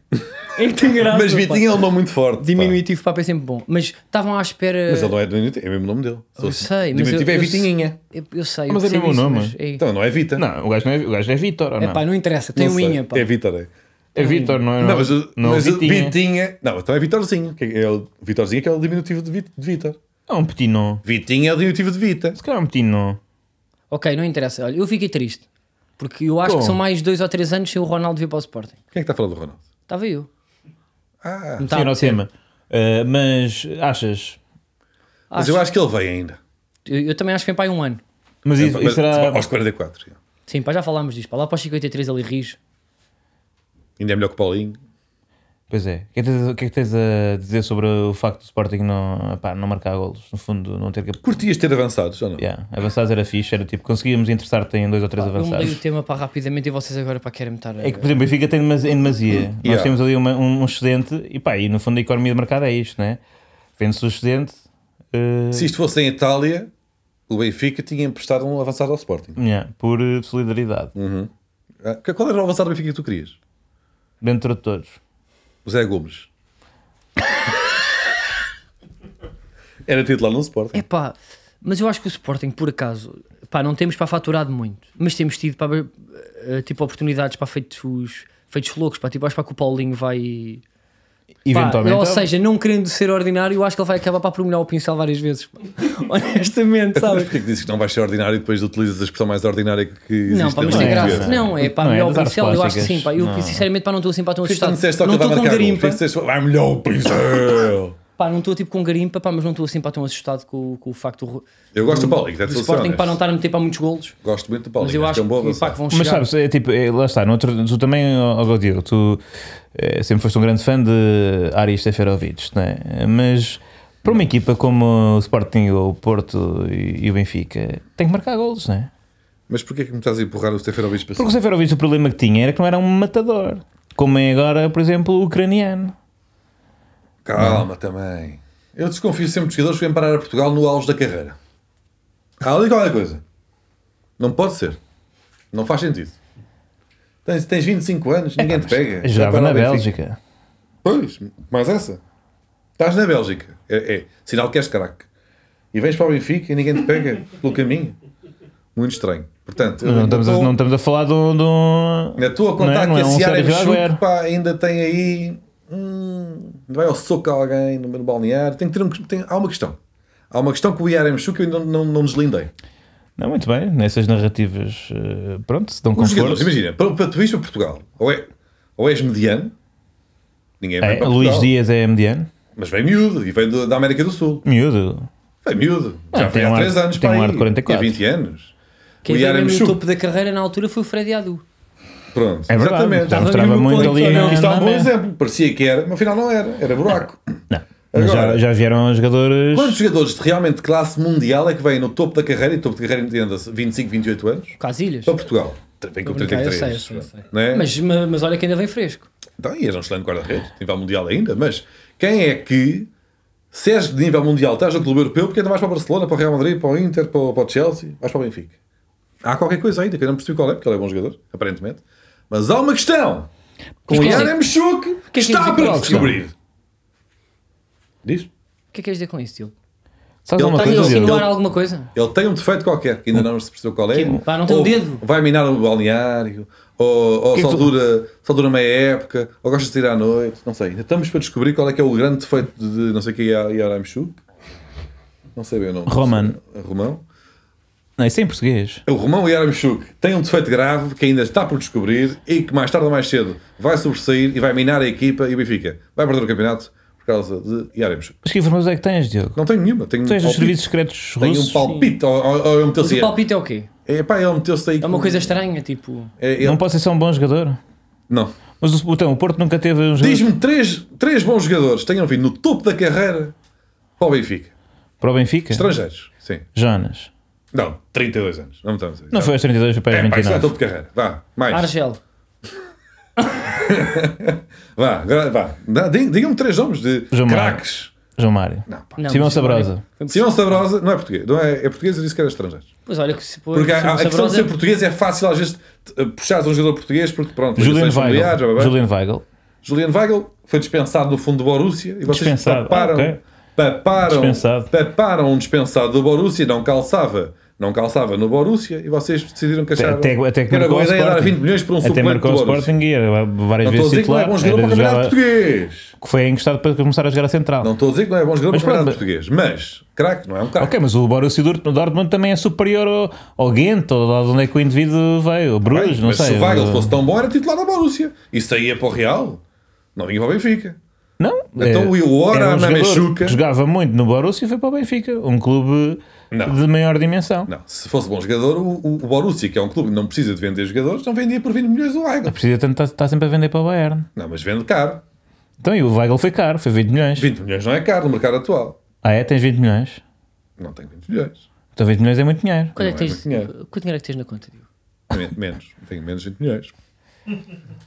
A: É que tem graça.
B: mas
A: pá.
B: Vitinha é um nome muito forte. pá.
A: Diminutivo, papo é sempre bom. Mas estavam à espera.
B: Mas ele não é diminutivo, é o mesmo nome dele.
A: Eu sei, mas
B: Diminutivo
A: eu-
B: é
A: eu-
B: Vitinha.
A: Eu, eu sei.
C: Mas
A: eu
C: é mesmo
A: percebo
C: o
A: isso,
C: nome.
A: mas é-
B: Então não é Vita.
C: Não, o gajo não é, o gajo é Vitor, ou não?
A: É pá, não interessa, tem um
B: Então, sei.
A: Inha. pá.
B: É Vitor, é.
C: É Vitor, não é?
B: Não, mas, o-
C: não é
B: mas o
C: Vitinha.
B: Vitinha. Não, então é Vitorzinho. que é o Vitorzinho que é o diminutivo de Vit- de Vitor.
C: É um petinó.
B: Vitinha é o diminutivo de Vita.
C: Se calhar é um petinó.
A: Ok, não interessa. Olha, eu fiquei triste. Porque eu acho
C: Como?
A: que são mais dois ou três anos sem o Ronaldo vir para o Sporting.
B: Quem é que está a falar do Ronaldo?
A: Estava eu.
B: Ah,
A: Não
C: Sim,
A: estava.
C: era o tema. Ah, mas achas?
B: mas eu acho que ele veio ainda.
A: Eu, eu também acho que vem para aí um ano.
C: Mas isso,
B: É, Mas-
C: isso será.
B: Aos 44. já.
A: Sim, pá, já falámos disto. Pá, lá para os 53 ali rijo.
B: Ainda é melhor que o Paulinho.
C: Pois é. O que é que tens- o que é que tens a dizer sobre o facto do Sporting não, pá, não marcar golos? No fundo, não ter que.
B: Curtias ter avançados ou não?
C: Yeah, avançados era fixe, era tipo, conseguíamos interessar-te em dois ou três
A: Eu tipo- mudei o
C: avançados.
A: tema para rapidamente e vocês agora para querem me estar. a-
C: É que, por exemplo, o Benfica tem demasi- em demasia. Nós
B: Yeah.
C: temos ali uma- um, um excedente e pá, e no fundo a economia de mercado é isto, né? Vende-se o excedente. eh,
B: Se isto fosse em Itália, o Benfica tinha emprestado um avançado ao Sporting.
C: yeah, por eh, solidariedade.
B: Ah, Qual era o avançado do Benfica que tu querias?
C: Dentro de todos.
B: O Zé Gomes. era titular no Sporting.
A: É pá, mas eu acho que o Sporting, por acaso, pá, não temos para faturar de muito, mas temos tido para, eh, tipo, oportunidades para feitos, feitos loucos. Pá, tipo, acho pá, que o Paulinho vai. Pá,
C: Eventualmente.
A: ou seja, não querendo ser ordinário, eu acho que ele vai acabar para promulgar o pincel várias vezes. pá. Honestamente,
B: Mas
A: sabe?
B: porquê que dizes que não vais ser ordinário e depois utilizas a expressão mais ordinária que existe?
A: Não, pá, mas
B: na
A: tem
C: é,
B: portuguesa?
A: graça. Não, é pá,
C: Não é,
A: melhor
C: das artes
A: pincel, eu acho que sim,
C: plásticas.
A: pá. Eu
C: Não.
A: sinceramente pá, não estou assim pá tão
B: Por isso que
A: assustado.
B: tu não disseste só que
A: Não
B: ele vai
A: estou com
B: marcar golos.
A: garimpa.
B: Por isso disseste, vai melhor o pincel.
A: Pá, não estou tipo com garimpa, pá, mas não estou assim pá tão assustado com, com o facto do,
B: Eu gosto do Paulinho,
A: do Sporting para não estar a meter para muitos golos.
B: Gosto muito do Paulinho.
A: Mas eu acho
B: é um bom
A: que, pá, que
B: avançado.
A: vão
C: Mas
A: chegar.
C: sabes, é tipo, é, lá está, no outro, tu também, ó ó, Godil, tu eh, sempre foste um grande fã de Aris Seferovic, não é? Mas para uma equipa como o Sporting, ou o Porto e, e o Benfica, tem que marcar golos, não é?
B: Mas porquê que me estás a empurrar o Stefanovich para
C: Porque o
B: cima?
C: Seferovic o problema que tinha era que não era um matador, como é agora, por exemplo, o ucraniano.
B: Calma também. Eu desconfio sempre dos jogadores que vêm parar a Portugal no auge da carreira. Há ali qualquer coisa. Não pode ser. Não faz sentido. Tens, tens 25 anos, ninguém te pega.
C: Jogava
B: Vai
C: na
B: É, para o Benfica.
C: Bélgica.
B: Pois, mais essa. Estás na Bélgica. É, é sinal que és craque. E vens para o Benfica e ninguém te pega pelo caminho. Muito estranho. Portanto, eu
C: Não
B: ainda
C: estamos, a,
B: estou-
C: não estamos a falar de um. de um-
B: ainda estou a
C: não é?
B: contar
C: Não
B: que
C: é
B: a
C: um
B: Ciara
C: Sérgio Agüero.
B: Machuco, pá, ainda tem aí. Hum, vai ao soco a alguém no, no balneário. Tem que ter um, tem, há uma questão. Há uma questão que o Iarem Machuco eu ainda não, não, não deslindei.
C: Não, muito bem. Nessas narrativas, eh, pronto, se dão
B: Os jogadores,
C: conforto.
B: Um imagina, para, para tu ires para Portugal, ou, é, ou és mediano, ninguém vai
C: É,
B: para
C: Luís
B: Portugal,
C: Dias é MDN.
B: mas vem miúdo e vem do- da América do Sul.
C: Miúdo.
B: Foi miúdo.
C: Ah,
B: já
C: tem
B: foi há
C: um ar-
B: 3 anos.
C: tem
B: para
C: um ar
B: aí.
C: de 44.
B: Tinha 20 anos.
A: Quem
B: o
A: veio
B: Yara
A: mesmo no
B: Michu.
A: topo da carreira na altura foi o Freddy Adu.
B: Pronto.
C: É verdade.
B: Exatamente.
C: Já
B: Estava
C: mostrava
B: no
C: muito
B: ponto.
C: ali na-
B: Não, Isto é
C: na
B: um bom
C: mesa.
B: exemplo. Parecia que era, mas afinal não era. Era buraco.
C: Não. Mas já,
B: Agora-
C: já vieram jogadores.
B: Quantos jogadores de realmente classe mundial é que vêm no topo da carreira, e topo de carreira entenda-se 25, 28 anos,
A: Casilhas.
B: para Portugal? Vem
A: Estou
B: com
A: a brincar, eu
B: 33.
A: sei, eu sei, eu sei.
B: não é?
A: Mas, mas, mas olha que ainda vem fresco.
B: Então, e és um excelente guarda-redes, nível mundial ainda, mas quem é que, se és de nível mundial, estás no clube europeu, porque ainda vais para o Barcelona, para o Real Madrid, para o Inter, para o, para o Chelsea, vais para o Benfica? Há qualquer coisa ainda, que eu não percebi qual é, porque ele é bom jogador, aparentemente. Mas há uma questão com o
A: Mas qual é?
B: Yann Mchuk
A: que
B: que
A: é que
B: está
A: quer dizer
B: para
A: qual
B: descobrir. Diz?
A: O que é que queres dizer com isso, Diogo?
C: Sabes
B: Ele
C: uma
B: tem
A: Estás
B: assim
A: a
C: coisa,
B: ele-
C: Diogo?
A: insinuar alguma coisa?
B: Ele tem um defeito qualquer, que ainda não se percebeu qual é.
A: Que- pá, não tem
B: Ou
A: dedo.
B: Vai minar o balneário, ou, ou
C: um Que
B: só,
C: que tu-
B: dura, só dura meia época, ou gosta de sair à noite, não sei. Ainda estamos para descobrir qual é que é o grande defeito de não sei o que é Yaramchuk. Não sei bem o nome.
C: Roman.
B: Romão.
C: Não, isso é em português.
B: O Romão Yaramchuk tem um defeito grave que ainda está por descobrir e que mais tarde ou mais cedo vai sobressair e vai minar a equipa e o Benfica vai perder o campeonato por causa de Yaramchuk.
C: Mas que informações é que tens, Diogo?
B: Não tenho nenhuma. Tenho
C: Tu tens
B: um
C: os
B: palpite.
C: serviços secretos
B: Tenho um
C: russos.
B: palpite. Ou, ou, ou ele
A: Mas o
B: meteu-se aí.
A: palpite é o quê?
B: É pá, ele meteu-se aí.
A: É uma coisa estranha, tipo.
C: Não pode ser só um bom jogador.
B: Não.
C: Mas o, então, o Porto nunca teve um jogador
B: Diz-me três, três bons jogadores que tenham vindo no topo da carreira para o Benfica.
C: para o Benfica?
B: Estrangeiros, sim.
C: Jonas.
B: Não, 32 anos. Não estamos a dizer.
C: Não foi aos 32, foi para
B: É,
C: os
B: pá, isso não é
C: 29.
B: topo de carreira. Vá, mais.
A: Argel.
B: Vá, agora vá. Dá- di- Digam-me três nomes de
C: João Mário.
B: craques.
C: João Mário.
B: Não, é pá.
A: Não,
C: Simão
A: mas-
C: Sabrosa.
A: Foi-
B: Simão Sabrosa não é português. Não é, é português, eu disse que era estrangeiro.
A: Pois olha que se pôr.
B: Porque a,
A: Simão
B: a questão de
A: Sabrosa-
B: ser português é fácil às vezes t- puxares um jogador português porque pronto,
C: Julian
B: ligações familiares, blá, blá,
C: Weigl.
B: blá.
C: Julian Weigl.
B: Julian Weigl foi dispensado do fundo do Borussia e vocês
C: Dispensado,
B: paparam,
C: ah, ok.
B: paparam,
C: Dispensado.
B: paparam um dispensado do Borussia, não calçava, não calçava no Borussia e vocês decidiram que acharam
C: Até, até que
B: que era
C: marcou
B: boa
C: o
B: ideia dar
C: Sporting.
B: 20 milhões para um
C: Até
B: suplente do
C: marcou o
B: Borussia.
C: Sporting e era várias
B: Não estou a
C: vezes
B: dizer que não é
C: titular.
B: bom jogador
C: Era
B: para o campeonato
C: jogava-
B: português.
C: que foi encostado para começar a jogar a central.
B: Não estou a dizer que não é bom jogador
C: Mas
B: para o campeonato
C: pronto,
B: português, mas craque, não é um craque.
C: Ah, Ok, mas o Borussia Dort- Dortmund também é superior ao, ao Ghent, ou lá de onde é que o indivíduo veio, o Bruges,
B: Bem,
C: não
B: mas
C: sei.
B: se o Weigl
C: o-
B: fosse tão bom era titular da Borussia e saía para o Real, não vinha para o Benfica.
C: Não,
B: Então, e o Ora
C: era um
B: na
C: jogador
B: Mexuca?
C: que Jogava muito no Borussia e foi para o Benfica, um clube
B: Não.
C: de maior dimensão.
B: Não, se fosse bom jogador, o, o- o Borussia, que é um clube que não precisa de vender jogadores, não vendia por 20 milhões o Weigl.
C: Precisa tanto, está, está sempre a vender para o Bayern.
B: Não, mas vende caro.
C: Então, e o Weigl foi caro, foi 20 milhões.
B: 20 milhões não é caro no mercado atual.
C: Ah, é? Tens 20 milhões?
B: Não tem 20 milhões.
C: Então, 20 milhões é muito dinheiro.
A: Quanto é
B: Não
A: que
B: é
A: tens?
B: muito dinheiro.
A: Quanto dinheiro é que tens na conta, Diogo?
B: Men- Menos. Tenho menos 20 milhões.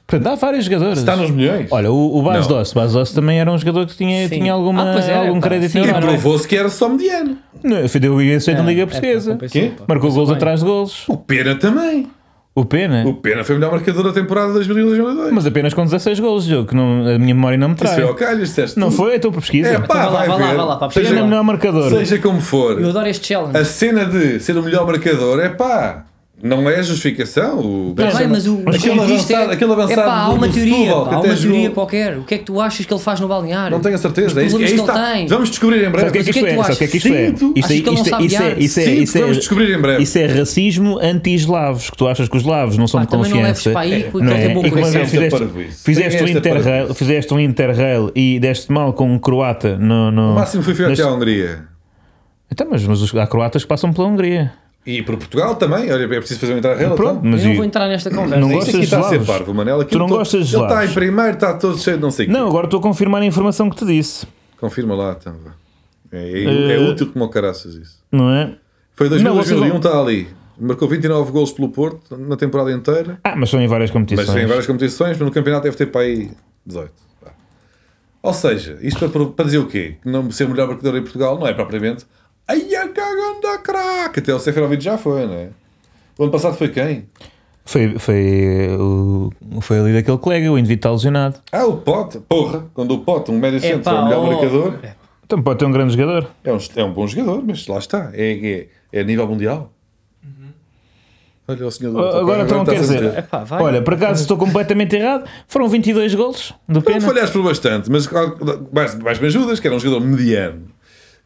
C: Portanto, há vários jogadores.
B: Está nos milhões.
C: Olha, o, o Bas
B: Não.
C: Doss, o Bas Doss também era um jogador que tinha,
A: Sim.
C: tinha alguma,
A: Ah, pois era,
C: algum
A: pá,
C: crédito
A: sim.
C: na
B: e
C: Europa.
B: provou-se que era só mediano.
C: Não, foi deu o IAC na
A: Não,
C: Liga
A: é,
C: Portuguesa.
A: não compensou,
B: Quê?
A: pá.
C: Marcou gols
A: Bem.
C: atrás de gols.
B: O Pena também.
C: O Pena.
B: O Pena foi o melhor marcador da temporada de 2001 2002.
C: Mas apenas com 16 gols, jogo, que não, a minha memória não me
B: Isso
C: trai.
B: foi ao Calhas, disseste.
C: Não
B: tu.
C: foi? Estou por pesquisa.
B: É pá,
A: é. Então vá lá,
B: vai,
A: vá lá,
B: ver.
A: vá lá, pá,
C: Pena é o melhor marcador.
B: seja como for.
A: Eu adoro este challenge.
B: A cena de ser o melhor marcador é pá. Não é justificação. O
A: Tá bem, mas o,
B: Mas aquele
A: isto
B: avançado- aquele avançado
A: é pá, há
B: do-
A: uma
B: do
A: teoria,
B: Setúbal,
A: pá,
B: que
A: há
B: até
A: uma
B: jogou-
A: teoria qualquer. O que é que tu achas que ele faz no balneário?
B: Não tenho a certeza. É isso, é
A: problemas
B: isso
A: que ele
B: tá.
A: tem.
B: Vamos descobrir em
C: Sabe o que é
B: breve.
C: que
A: Mas o que
C: isto
A: é
C: é?
A: que tu
C: Sabe o que é que isto
A: achas?
C: é?
A: Sinto.
C: Isto é-
A: Achas que ele não
C: isto é-
A: sabe
C: isto é-
A: guiar?
C: isto é-
B: Sinto,
C: isto é-
B: vamos descobrir em breve.
C: Isso é racismo anti-eslavos, que tu achas que os eslavos não são
A: Pá,
C: de
A: também não leves
C: confiança.
A: para aí, porque
C: não
A: ele
C: é?
A: tem bom
C: E que uma
A: coração.
C: vez fizeste,
B: Esta parvoíce.
C: fizeste,
B: Tem
C: um
B: esta
C: interrail,
B: parvoíce.
C: fizeste um interrail e deste mal com um croata no. no
B: O máximo foi feito até à Hungria.
C: Então, mas, mas os- há croatas que passam pela Hungria.
B: E por Portugal também. Olha, é preciso fazer um interrail.
C: Pronto,
B: então.
C: mas
A: Eu não
C: e-
A: vou entrar nesta conversa.
C: Não
A: Isto
C: gostas
B: Isto aqui
C: de
B: está a ser
C: eslavos?
B: parvo, Manel. Aquilo
C: Tu não
B: todo-
C: gostas de
B: Ele está em
C: eslavos?
B: primeiro, está todo cheio de não sei o quê.
C: Não, agora estou a confirmar a informação que te disse,
B: Confirma lá, então. vá. É, é- é
C: Eh,
B: útil como o caraças isso.
C: não é?
B: Foi
C: não,
B: 2000,
C: vocês
B: 2001,
C: vão-
B: está um, tá ali. Marcou 29 golos pelo Porto na temporada inteira.
C: Ah, mas são em várias
B: Mas
C: competições.
B: tem várias competições, mas no campeonato deve ter para aí 18. vá. Ou seja, isto para, para dizer o quê? Que não ser o melhor marcador em Portugal não é propriamente. Ai, a caganda craque! Até o Seferovic já foi, não é? O ano passado foi quem?
C: Foi, foi, o, foi ali daquele colega, o indivíduo está lesionado.
B: Ah, o Pote! Porra! Quando o Pote, um médio centro, é
A: Epá,
B: o melhor
A: oh.
B: marcador,
C: Então pode ter um grande jogador.
B: é um, é um bom jogador, mas lá está. É, é, é a nível mundial. Uhum. Olha o senhor do autocarro,
C: Agora então quer
B: está-se a
C: dizer.
A: Epá, vai.
C: Olha, por acaso estou completamente errado. Foram 22 golos do
B: Não
C: Pena.
B: falhaste por bastante, mas ah, mais, mais me ajudas, que era um jogador mediano,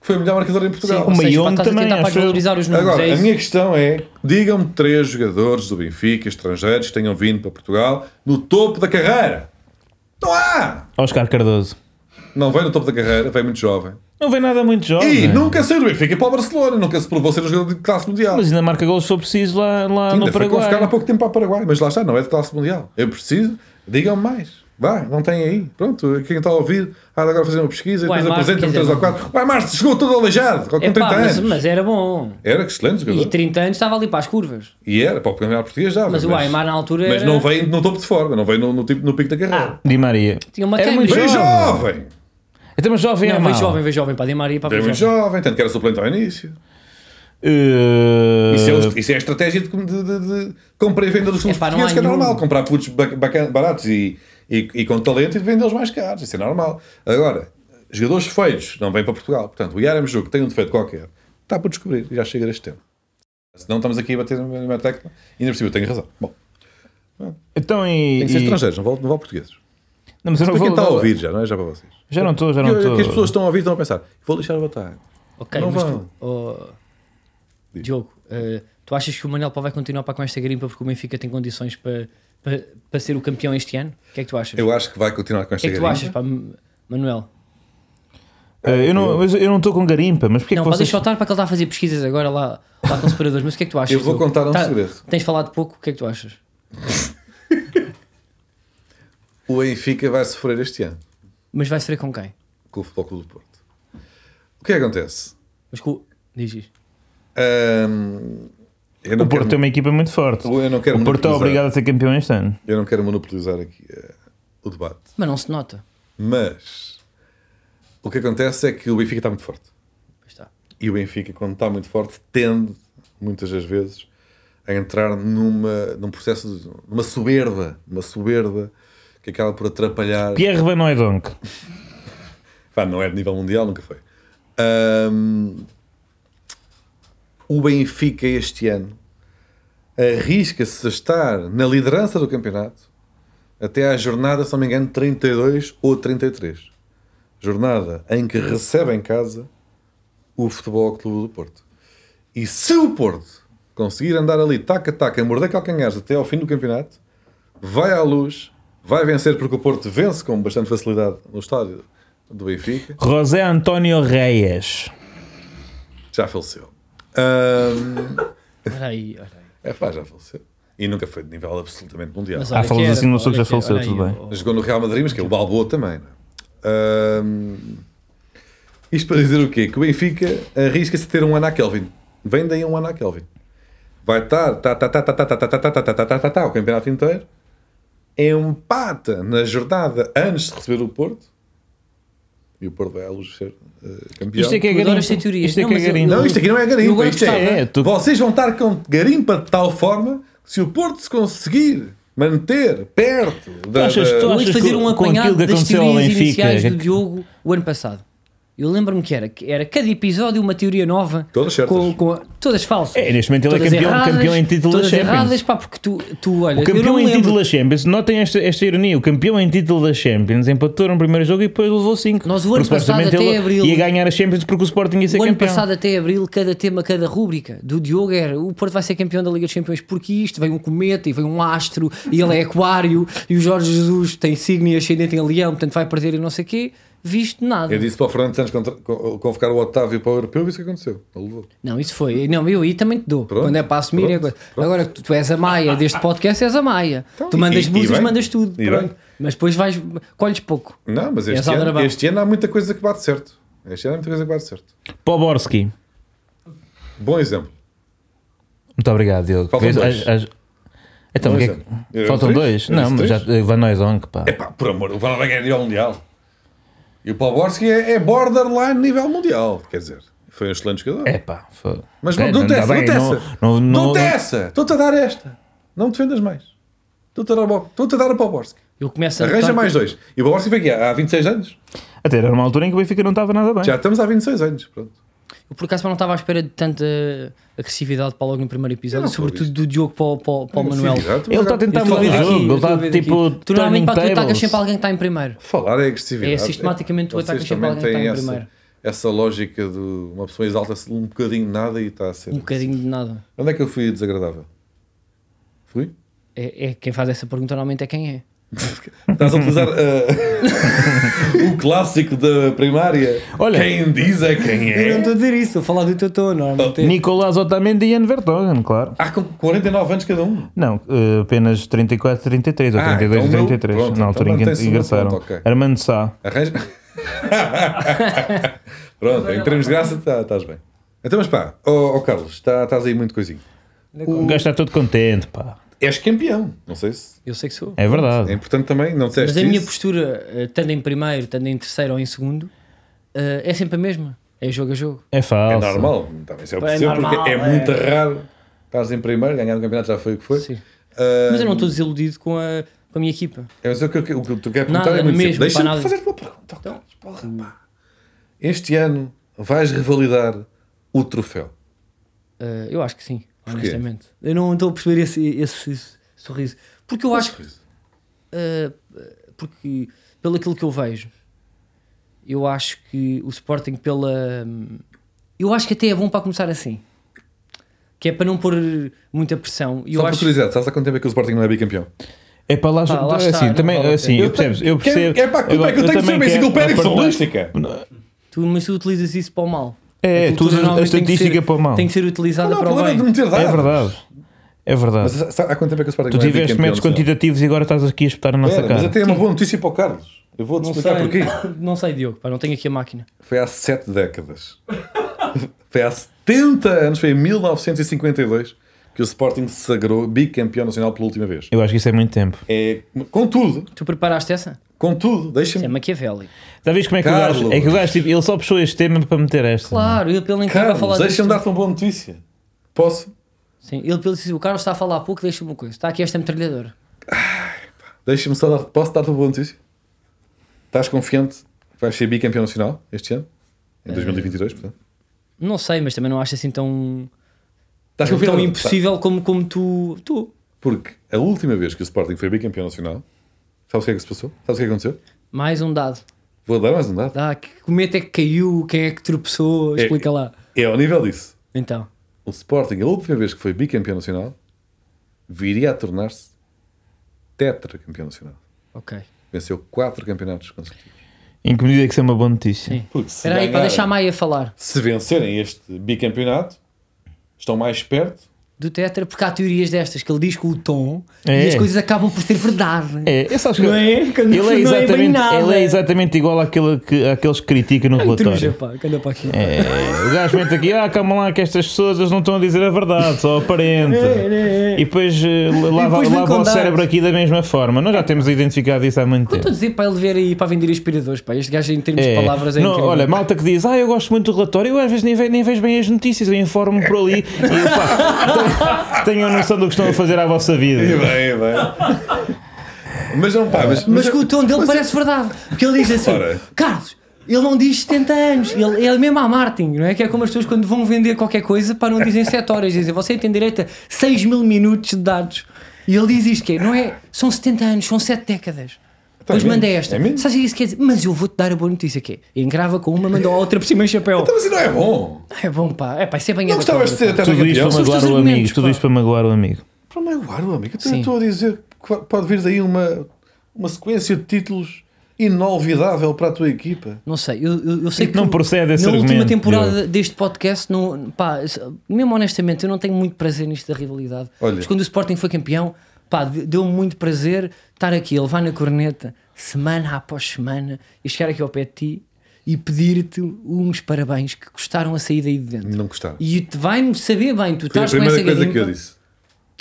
B: que foi o melhor marcador em Portugal.
C: Uma
A: Ou seja,
C: Young
A: pá, estás a
C: também,
A: tentar
C: acho eu.
A: valorizar os números.
B: Agora,
A: é
B: a
A: isso?
B: minha questão é: digam-me três jogadores do Benfica estrangeiros que tenham vindo para Portugal no topo da carreira. Não há!
C: Oscar Cardoso.
B: Não vem no topo da carreira, vem muito jovem.
C: Não é? vem nada muito jovem.
B: E nunca saiu do Benfica para o Barcelona, nunca se provou ser um jogador de classe mundial.
C: Mas ainda marca golos se for preciso lá, lá
B: Ainda
C: no
B: foi
C: Paraguai.
B: convocado há pouco tempo para o Paraguai, mas lá está, não é de classe mundial. Eu preciso, digam-me mais. Vá, não tem aí. Pronto, quem está a ouvir, há de agora fazer uma pesquisa
A: O
B: e depois
A: Aymar,
B: apresentam-me
A: quer
B: 3
A: dizer,
B: ou 4. Vai, Márcio, chegou todo aleijado, com 30
A: Epá, mas,
B: anos.
A: mas era bom.
B: Era excelente
A: E
B: jogador.
A: 30 anos estava ali para as curvas.
B: E, era, para o campeonato português já.
A: Mas o Aymar na altura
B: Mas
A: era- Ah,
B: não vem no topo de forma, não vem no, no, tipo, no pico da carreira.
C: Di Maria.
A: Tinha uma
C: Era
A: queima.
C: muito
B: vem
C: jovem.
B: jovem!
C: Até mas jovem é
A: Não,
C: mau.
A: veio jovem, veio jovem para a Di Maria e para
B: Vem
A: a
B: muito jovem, tanto que era suplente ao início.
C: Eh,
B: Isso, é, o- isso é a estratégia de, de, de, de compra e venda dos clubes
A: Epá, não
B: portugueses,
A: há
B: que é
A: nenhum.
B: normal. Comprar putos bac- bacan- baratos e, e, e com talento e vendê-los mais caros. Isso é normal. Agora, jogadores feios não vêm para Portugal. Portanto, o Yaramju, que tem um defeito qualquer, está por descobrir. Já chega deste tempo. Se não estamos aqui a bater na mesma tecla, ainda por cima, tenho razão. Bom,
C: Então
B: é-
C: e.
B: tem que ser
C: e-
B: estrangeiros, não vale, não vale portugueses.
C: Não, mas eu não
B: Para
C: vou.
B: quem está a ouvir já, não é? Já para vocês.
C: Já não estou, já
B: Que,
C: não É
B: que as
C: estou.
B: pessoas estão a ouvir e estão a pensar, vou deixar botar.
A: Ok,
B: Não
A: mas
B: vão.
A: tu, oh, Diogo, eh, tu achas que o Manel Pá vai continuar para com esta grimpa porque o Benfica tem condições para, para, para ser o campeão este ano? O que é que tu achas?
B: Eu acho que vai continuar com
A: o
B: esta
A: que é que tu
B: garimpa.
A: achas, pá, M- Manuel?
C: Eh, eu não- mas eu não estou com garimpa, mas porque é
A: não,
C: que
A: pá,
C: vocês.
A: deixa eu estar para que ele está a fazer pesquisas agora lá, lá com separadores, mas o que é que tu achas?
B: Eu vou
A: Diogo?
B: contar um
A: Tá-
B: segredo.
A: Tens falado pouco, o que é que tu achas?
B: O Benfica vai sofrer este ano
A: Mas vai sofrer com quem?
B: com o Futebol Clube do Porto. O que é que acontece?
A: Mas com... Diz isto.
B: Ahm, eu, não
C: O Porto tem
B: quero,
C: uma equipa muito forte.
B: Eu não quero
C: o Porto é
B: monopolizar.
C: obrigado a ser campeão este ano.
B: eu não quero monopolizar aqui eh, o debate,
A: Mas não se nota.
B: mas o que acontece é que o Benfica está muito forte.
A: Pois está.
B: E o Benfica, quando está muito forte, tende, muitas das vezes, a entrar numa, num processo de uma soberba, uma soberba que acaba por atrapalhar.
C: Pierre Van Hooijdonk.
B: Pá, não é de nível mundial, nunca foi. Ahm, o Benfica este ano arrisca-se a estar na liderança do campeonato até à jornada, se não me engano, 32 ou 33. Jornada em que recebe em casa o Futebol Clube do Porto. E se o Porto conseguir andar ali, taca-taca, morder calcanhares até ao fim do campeonato, vai à luz, vai vencer, porque o Porto vence com bastante facilidade no estádio do Benfica.
C: José António Reyes.
B: Já faleceu. Ahm,
A: Olha aí, olha aí.
B: é pá, já faleceu. E nunca foi de nível absolutamente mundial.
A: Mas olha que
C: falas
A: era,
C: assim de
A: pá,
C: uma pessoa que já
A: olha era,
C: faleceu,
A: olha
C: tudo
A: aí,
C: bem.
A: ó.
B: Jogou no Real Madrid, mas que é o Balboa também. Não é? Ahm, isto para dizer o quê? Que o Benfica arrisca-se a ter um Ana Kelvin. Vem daí um Ana Kelvin. Vai estar tá, tá, tá, tá, tá, tá, tá, tá, tá, tá, tá, tá, tá, tá, tá, o campeonato inteiro. Empata na jornada antes de receber o Porto. E o Porto vai à luz ser eh, campeão.
C: Isto é que é
A: Tu adoras ter
C: garimpa.
A: teorias.
C: Isto é
A: Não,
C: que é
A: mas eu-
C: garimpa.
B: Não, isto aqui não é
A: Eu
B: garimpa.
A: agora
B: Isto é,
A: gostava.
C: É, tu-
B: Vocês vão estar com garimpa de tal forma que se o Porto se conseguir manter perto da.
C: achas
B: da-
C: que tu
A: Eu hei de
C: achas
A: fazer
C: que
A: um
C: com
A: apanhado
C: aquilo que
A: das
C: aconteceu ao
A: teorias
C: Benfica, é
A: iniciais
C: que-
A: do Diogo o ano passado. Eu lembro-me que era, que era cada episódio uma teoria nova.
B: Todas certas.
A: Com, com- todas falsas.
C: É, neste momento ele é
A: Todas
C: campeão-
A: erradas,
C: campeão em título da
A: todas
C: Champions.
A: erradas, pá, porque tu, tu olha,
C: O campeão
A: eu
C: em
A: não lembro.
C: título da Champions, notem esta, esta ironia: o campeão em título da Champions empatou no primeiro jogo e depois levou 5.
A: Nós o ano passado, até abril-
C: ia ganhar a Champions porque o Sporting ia ser
A: O ano
C: campeão.
A: passado até abril, cada tema, cada rúbrica do Diogo era o Porto vai ser campeão da Liga dos Campeões porque isto, veio um cometa e veio um astro e ele é aquário e o Jorge Jesus tem signo e ascendente em leão, portanto vai perder e não sei o quê. Visto nada.
B: Eu disse para o Fernando Santos contra- co- convocar o Otávio para o Europeu e isso que aconteceu. Ele levou.
A: Não, isso foi. Não, eu aí também te dou.
B: Pronto,
A: Quando é para assumir.
B: pronto, Então,
A: é coisa. Agora que tu, tu és a Maia deste podcast, és a Maia. tu mandas
B: e- e
A: músicas,
B: bem.
A: mandas tudo.
B: E
A: pronto.
B: bem.
A: Mas depois vais. colhes pouco.
B: Não, mas
A: És
B: este, ano,
A: aldrabão.
B: este ano há muita coisa que bate certo. Este ano há muita coisa que bate certo.
C: Poborski.
B: Bom exemplo.
C: Muito obrigado, Diogo.
B: Faltam
C: Vês,
B: dois.
C: as- as- Então,
B: Dois,
C: o que é que-
B: é.
C: Faltam
B: Três?
C: dois?
B: Eram
C: Não, mas já
B: três?
C: Van Noizonk, pá.
B: Epá, por amor, o Van Gaal é nível mundial. E o Paul Borski é, é borderline nível mundial, quer dizer, foi um excelente jogador.
C: É pá, foi.
B: Mas
C: É,
B: não, não,
C: dá
B: tessa, não
C: bem,
B: tessa,
C: não- não-
B: não tessa, estou-te a dar esta, não me defendas mais, estou-te a dar, o Bob- estou-te a dar o Paul Borski.
A: Ele começa a
B: Arranja
A: notar
B: mais
A: que-
B: dois. E o Paul Borski foi aqui há há 26 anos,
C: Até era uma altura em que o Benfica não estava nada bem.
B: já estamos há 26 anos, pronto.
A: Eu por acaso não estava à espera de tanta agressividade para logo no primeiro episódio,
B: não sou
A: sobretudo do Diogo para, o- para, o- para o Manuel.
B: Sim, exato, mas
C: Ele está a
B: agora-
C: tentar
A: Eu estou a
C: mudar
A: ver
C: o
A: daqui, tá eu
C: jogo,
A: estou
C: ele
A: a
C: está
A: ver
C: tipo.
A: daqui. tu normalmente
C: turning
A: pá, tu atacas
C: tables.
A: sempre alguém que está em primeiro.
B: Falar é agressividade.
A: É, sistematicamente tu
B: Vocês
A: atacas sempre
B: também
A: alguém que está
B: têm
A: em
B: essa,
A: primeiro.
B: Essa lógica de uma pessoa exalta-se um bocadinho de nada e está a ser.
A: Um bocadinho de nada.
B: Onde é que eu fui desagradável? Fui?
A: É, é- quem faz essa pergunta normalmente é quem é.
B: Estás a utilizar eh, o clássico da primária?
C: Olha.
B: Quem diz é quem
A: Eu não
B: é.
A: estou a dizer isso, estou a falar do teu tom, normalmente.
C: Nicolás Otamendi e Ian Vertonghen, claro.
B: Há Ah, com 49 anos cada um.
C: Não, eh, apenas 34, 33 ou
B: Ah,
C: 32
B: então o meu-
C: 33.
B: pronto,
C: na
B: então
C: altura em que
B: mantém-se o meu
C: ingressaram.
B: ponto, ok.
C: Armando Sá.
B: Arranja. Pronto, em termos de graça tá- estás bem. Então, mas pá, ó ó Carlos, tá- estás aí muito coisinho.
C: O gajo está todo contente, pá.
B: És campeão. Não sei se.
A: Eu sei que sou.
C: É
B: É
C: verdade.
B: importante também, não
C: É
B: disseste
A: Mas é a minha
B: isso.
A: postura, eh, tanto em primeiro, tanto em terceiro ou em segundo, eh, é sempre a mesma. É jogo a jogo.
C: É
B: É
C: falso.
B: normal, também se eu
A: Bem
B: percebo, porque é,
A: normal,
B: muito
A: é.
B: raro. Estás em primeiro, ganhar o campeonato já foi o que foi.
A: Sim.
B: Ah,
A: Mas eu não estou desiludido com a, com a minha equipa.
B: é, mas o que, o que- o que tu queres
A: Nada,
B: perguntar é muito
A: mesmo,
B: simples. Deixa-me
A: para nada. Então?
B: fazer-te uma pergunta, Carlos, porra, pá. Este ano vais revalidar o troféu.
A: Eh, eu acho que sim, honestamente. Eu não estou a perceber esse, esse sorriso. Porque eu acho que Uh, porque pelo aquilo que eu vejo, eu acho que o Sporting pela hum, eu acho que até é bom para começar assim, que é para não pôr muita pressão. E eu
B: Só por
A: acho
B: curiosidade, sabes há quanto tempo é que o Sporting não é bicampeão?
C: É para lá,
A: Pá, lá
C: assim,
A: está, não
C: também,
A: vale a
C: assim,
A: pena.
C: eu percebo, eu
B: Que é-
C: percebo.
B: É pá, quanto é que eu tenho que ser
C: também
B: uma
C: quero
B: enciclopédica
C: aportar-
B: solística?
A: tu, mas tu utilizas isso para o mal. A
C: É, tu
A: cultura
C: usas a
A: normalmente tem que
C: estatística
A: ser-
C: para o mal.
A: Tem que ser utilizada
B: Não, o
A: para o
B: problema é
A: bem.
B: de meter dados.
C: É verdade. É verdade.
B: Mas sabe há quanto tempo é que o Sporting
C: Tu
B: não é
C: tiveste
B: bicampeão
C: métodos
B: nacional?
C: quantitativos e agora estás aqui a espetar na nossa
B: Espera, Mas
C: cara.
B: até é uma boa notícia para o Carlos. Eu vou-te
A: Não
B: explicar porquê.
A: sei, não sei, Diogo, pá, não tenho aqui a máquina.
B: Foi há sete décadas. foi há 70 anos, foi em 1952 que o Sporting se sagrou bicampeão nacional pela última vez.
C: Eu acho que isso é muito tempo.
B: É, contudo,
A: Tu preparaste essa?
B: contudo,
A: Isso é
B: deixa-me.
A: Machiavelli.
C: Já viste como é que
B: Carlos.
C: o gajo. É que o gajo, tipo, ele só puxou este tema para meter esta.
A: Claro, ele pelo estava a falar
B: Carlos, deixa-me
A: disto.
B: dar-te uma boa notícia. Posso?
A: Sim, ele pelo o Carlos está a falar há pouco, deixa-me uma coisa. Está aqui esta metralhadora.
B: Deixa-me só dar. Posso dar-te uma boa notícia? Estás confiante que vais ser bicampeão nacional este ano?
A: Eh,
B: Em 2022, portanto.
A: Não sei, mas também não acho assim tão
B: Estás
A: É tão
B: confiante?
A: impossível como, como tu. Tu.
B: Porque a última vez que o Sporting foi bicampeão nacional, sabes o que é que se passou? Sabes o que é que aconteceu?
A: Mais um dado.
B: Vou dar mais um dado.
A: Dá, que cometa é que caiu? Quem é que tropeçou?
B: É-
A: Explica lá.
B: É ao nível disso.
A: Então,
B: o Sporting, a última vez que foi bicampeão nacional, viria a tornar-se tetracampeão nacional.
A: ok.
B: Venceu quatro campeonatos consecutivos.
C: Em que medida é que isso é uma boa notícia?
A: Sim.
B: Porque se
A: Espera aí, para
B: ganharem-
A: deixar a Maia falar
B: Se vencerem este bicampeonato, estão mais perto.
A: do Tetra, porque há teorias destas que ele diz com o tom
C: É.
A: e as coisas acabam por ser verdade.
C: É, eu sabes que
A: Não é? Que
C: ele, é
A: não é bem
C: exatamente,
A: nada.
C: ele é exatamente igual àquele que, àqueles que criticam no
A: Truja,
C: relatório.
A: pá, que anda para aqui.
C: É, o gajo mete aqui, ah, calma lá, que estas pessoas elas não estão a dizer a verdade, só
A: É,
C: aparente. E depois eh, lava,
A: depois vem
C: lava o
A: contar. É.
C: cérebro aqui da mesma forma. Nós já temos identificado isso há muito
A: Estou
C: tempo.
A: a dizer para ele ver aí para vender inspiradores, pá. Este gajo, em termos de
C: É.
A: palavras, é
C: Não,
A: incrível.
C: olha, malta que diz, ah, eu gosto muito do relatório, eu às vezes nem, ve- nem vejo bem as notícias, eu informo-me por ali e pá, tenho a noção do que estão a fazer à vossa
B: E
C: vida.
B: bem, e bem. mas não, pá,
A: Mas
B: mas, mas- é-
A: que o tom dele parece verdade. Porque ele diz assim:
B: Ora.
A: Carlos, ele não diz 70 anos. Ele, ele mesmo há Martin, não é? Que é como as pessoas quando vão vender qualquer coisa para não dizem 7 horas, dizem você tem direito a 6 mil minutos de dados. E ele diz isto: que é, não é? São 70 anos, são 7 décadas.
B: Então,
A: Mas
B: é
A: manda
B: mesmo,
A: esta.
B: é mesmo.
A: Sabes o que isso quer dizer? Mas eu vou-te dar a boa notícia: que é, engrava com uma, manda a outra por cima do chapéu.
B: Então, mas isso não é bom.
A: É bom, pá. É pá, isso é bem
B: Não gostavas de ser
C: Tudo isto
B: tetracampeão?
C: para
A: São os
C: magoar
A: teus
C: o amigo,
A: argumentos,
C: tudo
A: pá.
C: isto para magoar o amigo.
B: Para magoar o amigo. Eu
A: Sim.
B: estou a dizer que pode vir daí uma, uma sequência de títulos inolvidável para a tua equipa.
A: Não sei, eu, eu, eu sei que
C: Não
A: tu-
C: procede esse
A: na última
C: argumento,
A: temporada
C: Diogo.
A: deste podcast, não, pá, se- mesmo honestamente, eu não tenho muito prazer nisto da rivalidade.
B: Olha.
A: Mas quando o Sporting foi campeão, pá, de- deu-me muito prazer estar aqui, levar na corneta, semana após semana, e chegar aqui ao pé de ti e pedir-te uns parabéns que custaram a sair daí de dentro.
B: Não gostaram.
A: E te vai-me saber bem, tu
B: Foi a
A: estás com essa
B: primeira coisa que eu
A: garimpa.
B: disse.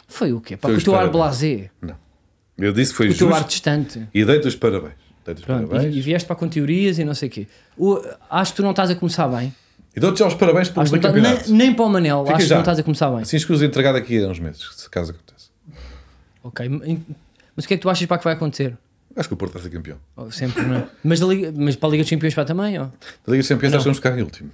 A: Foi o quê? Pá,
B: Foi
A: o
B: os
A: teu ar
B: parabéns.
A: blasé,
B: Não. Eu disse que foi
A: o teu
B: justo.
A: ar distante.
B: E deito os parabéns. Dei-te os
A: Pronto,
B: parabéns.
A: e, e vieste para com teorias e não sei o quê. O- acho que tu não estás a começar bem.
B: E dou-te já os parabéns pelo
A: Acho que
B: do
A: não tá-
B: campeonato.
A: nem, nem para o Manel,
B: Fica
A: acho que
B: já.
A: não estás a começar bem.
B: Assim escuso entregado daqui a uns meses, se caso aconteça.
A: Ok, em- mas o que é que tu achas para que vai acontecer?
B: Acho que o Porto vai ser campeão.
A: Oh, Sempre, não é? mas, da Liga- mas para a Liga dos Campeões para também? ó?
B: Da Liga dos Campeões, acho que vamos ficar em último.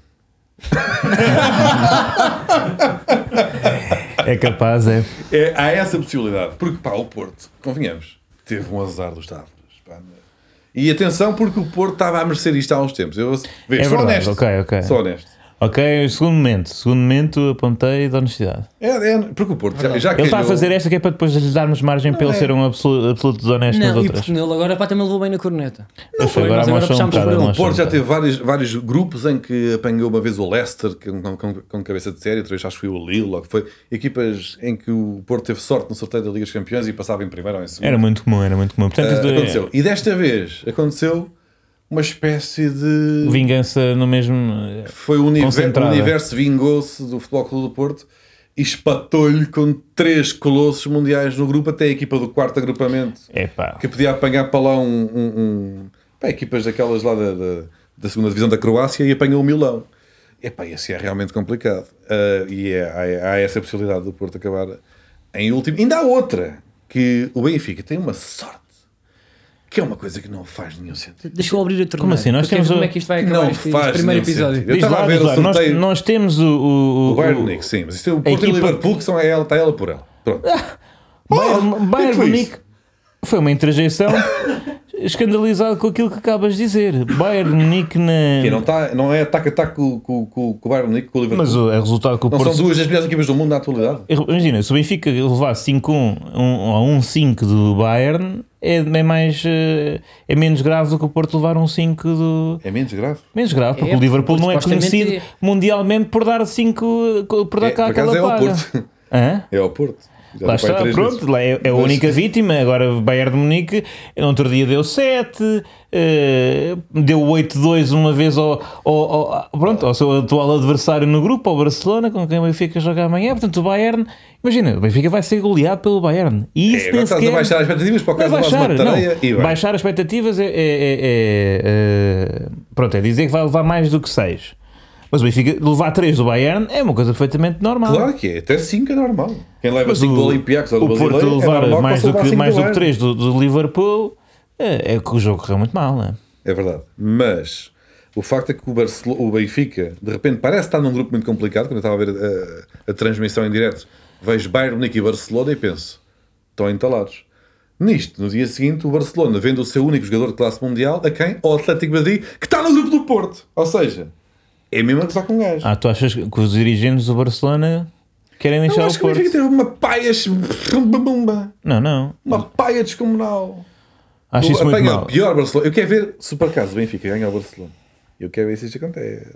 C: É capaz, é.
B: É, há essa possibilidade. Porque, pá, o Porto, convenhamos, teve um azar dos tábuas. pá. né? E atenção, porque o Porto estava a merecer isto há uns tempos. Eu, vê,
C: É
B: sou
C: verdade,
B: honesto.
C: ok, ok.
B: Sou honesto.
C: Ok, segundo momento. Segundo momento, apontei da honestidade.
B: É, é, porque o Porto já, já
C: Ele está a
B: calhou- é.
C: fazer esta que é para depois lhes darmos margem para ele ser um absoluto, absoluto desonesto nas
A: Não, e
C: outras.
A: porque nele agora pá, também levou bem na corneta.
C: Eu sei,
A: foi, nós agora
C: mostra um
A: puxámos por
C: bocado,
A: ele.
B: O
C: mostra um
B: Porto já
C: bocado.
B: teve vários, vários grupos em que apanhou uma vez o Leicester com, com- com- com cabeça de série, outra vez acho que foi o Lille, ou que foi equipas em que o Porto teve sorte no sorteio da Liga dos Campeões e passava em primeiro ou em segundo.
C: Era muito comum, era muito comum. Portanto,
B: Ah,
C: isto é-
B: aconteceu. E desta vez aconteceu uma espécie de.
C: vingança no mesmo.
B: Foi o universo, o
C: Concentrada.
B: universo vingou-se do Futebol Clube do Porto e espatou-lhe com três colossos mundiais no grupo, até a equipa do quarto agrupamento
C: Epá.
B: que podia apanhar para lá um, um- um- pá, equipas daquelas lá da, da, da segunda divisão da Croácia e apanhou o Milão. Epá, esse é realmente complicado. Ah, e é- há, há essa possibilidade do Porto acabar em último. Ainda há outra, que o Benfica tem uma sorte, que é uma coisa que não faz nenhum sentido.
A: Deixa eu abrir a torneira.
C: um Como assim? Nós
A: Porque
C: temos
A: como
C: o-
A: é que isto vai
B: Que
A: acabar
B: não
A: este, este
B: faz
A: primeiro
B: nenhum
A: episódio.
B: sentido. Eu
C: Diz
B: estava
C: lá,
B: a ver
C: diz
B: o
C: lá. Nós,
B: sorteio.
C: nós temos o. O,
B: O Bayern Munique, sim, mas isto é o Porto e o
C: equipa- Ah.
B: Liverpool que são a ela, está ela por ela. Pronto.
C: Bayern,
B: Oh, o que é que
C: Bayern
B: foi
C: Munique foi uma interjeição escandalizado com aquilo que acabas de dizer. Bayern Munique
B: Que não,
C: na.
B: está, não é ataque-ataque com, com, com, com o Bayern Munique, com o Liverpool.
C: Mas o é resultado que o
B: não
C: Porto.
B: são duas das melhores equipas do mundo na atualidade.
C: Imagina, se o Benfica levar 5-1 um, a 1-5 do Bayern, é, é mais. eh, É menos grave do que o Porto levar um 5 do.
B: É menos grave.
C: Menos grave, porque
A: É,
C: o Liverpool não é
A: supostamente
C: conhecido
A: é.
C: mundialmente por dar 5 por dar
B: É,
C: cá
B: por
C: aquela
B: acaso é o
C: paga.
B: Porto.
C: Hã?
B: É ao Porto. Já
C: Lá
B: deu para aí
C: está,
B: três
C: pronto,
B: vezes.
C: lá é, é a
B: Mas-
C: única vítima. Agora o Bayern de Munique, no outro dia deu 7, eh, deu 8-2 uma vez ao, ao, ao- pronto, ao seu atual adversário no grupo, ao Barcelona, com quem o Benfica joga amanhã. Portanto, o Bayern, imagina, o Benfica vai ser goleado pelo Bayern. E
B: É,
C: isso
B: agora
C: nem
B: estás
C: sequer.
B: a baixar as expectativas para o
C: Não é
B: caso de
C: baixar,
B: uma tareia e
C: não.
B: vai.
C: baixar as expectativas é, é- é- é- é- pronto, é dizer que vai levar mais do que 6. Mas o Benfica levar 3 do Bayern é uma coisa perfeitamente normal.
B: Claro que é, até 5 é normal. Quem leva
C: Mas
B: 5 do
C: o,
B: Olympiacos ou do
C: o Porto
B: Brasileiro é
C: levar
B: normal
C: mais,
B: que
C: do que,
B: cinco
C: mais do que
B: Bayern.
C: 3 do, do Liverpool é, é que o jogo correu muito mal, não é?
B: É verdade. Mas o facto é que o, Barcelo- o Benfica, de repente, parece estar num grupo muito complicado. Quando eu estava a ver eh, a, a transmissão em direto, vejo Bayern Munique e Barcelona e penso, estão entalados. Nisto, no dia seguinte, o Barcelona vende o seu único jogador de classe mundial a quem? Ao Atlético de Madrid, que está no grupo do Porto. Ou seja, é mesmo a gozar com um gajo.
C: Ah, tu achas que os dirigentes do Barcelona querem
B: Eu
C: deixar
B: acho
C: o
B: que o
C: Porto?
B: Benfica teve uma paia.
C: Não, não.
B: Uma paia descomunal.
C: Acho isso muito
B: Apanha o
C: mal.
B: pior Barcelona. Eu quero ver, se por acaso o Benfica ganha o Barcelona, eu quero ver se isto acontece.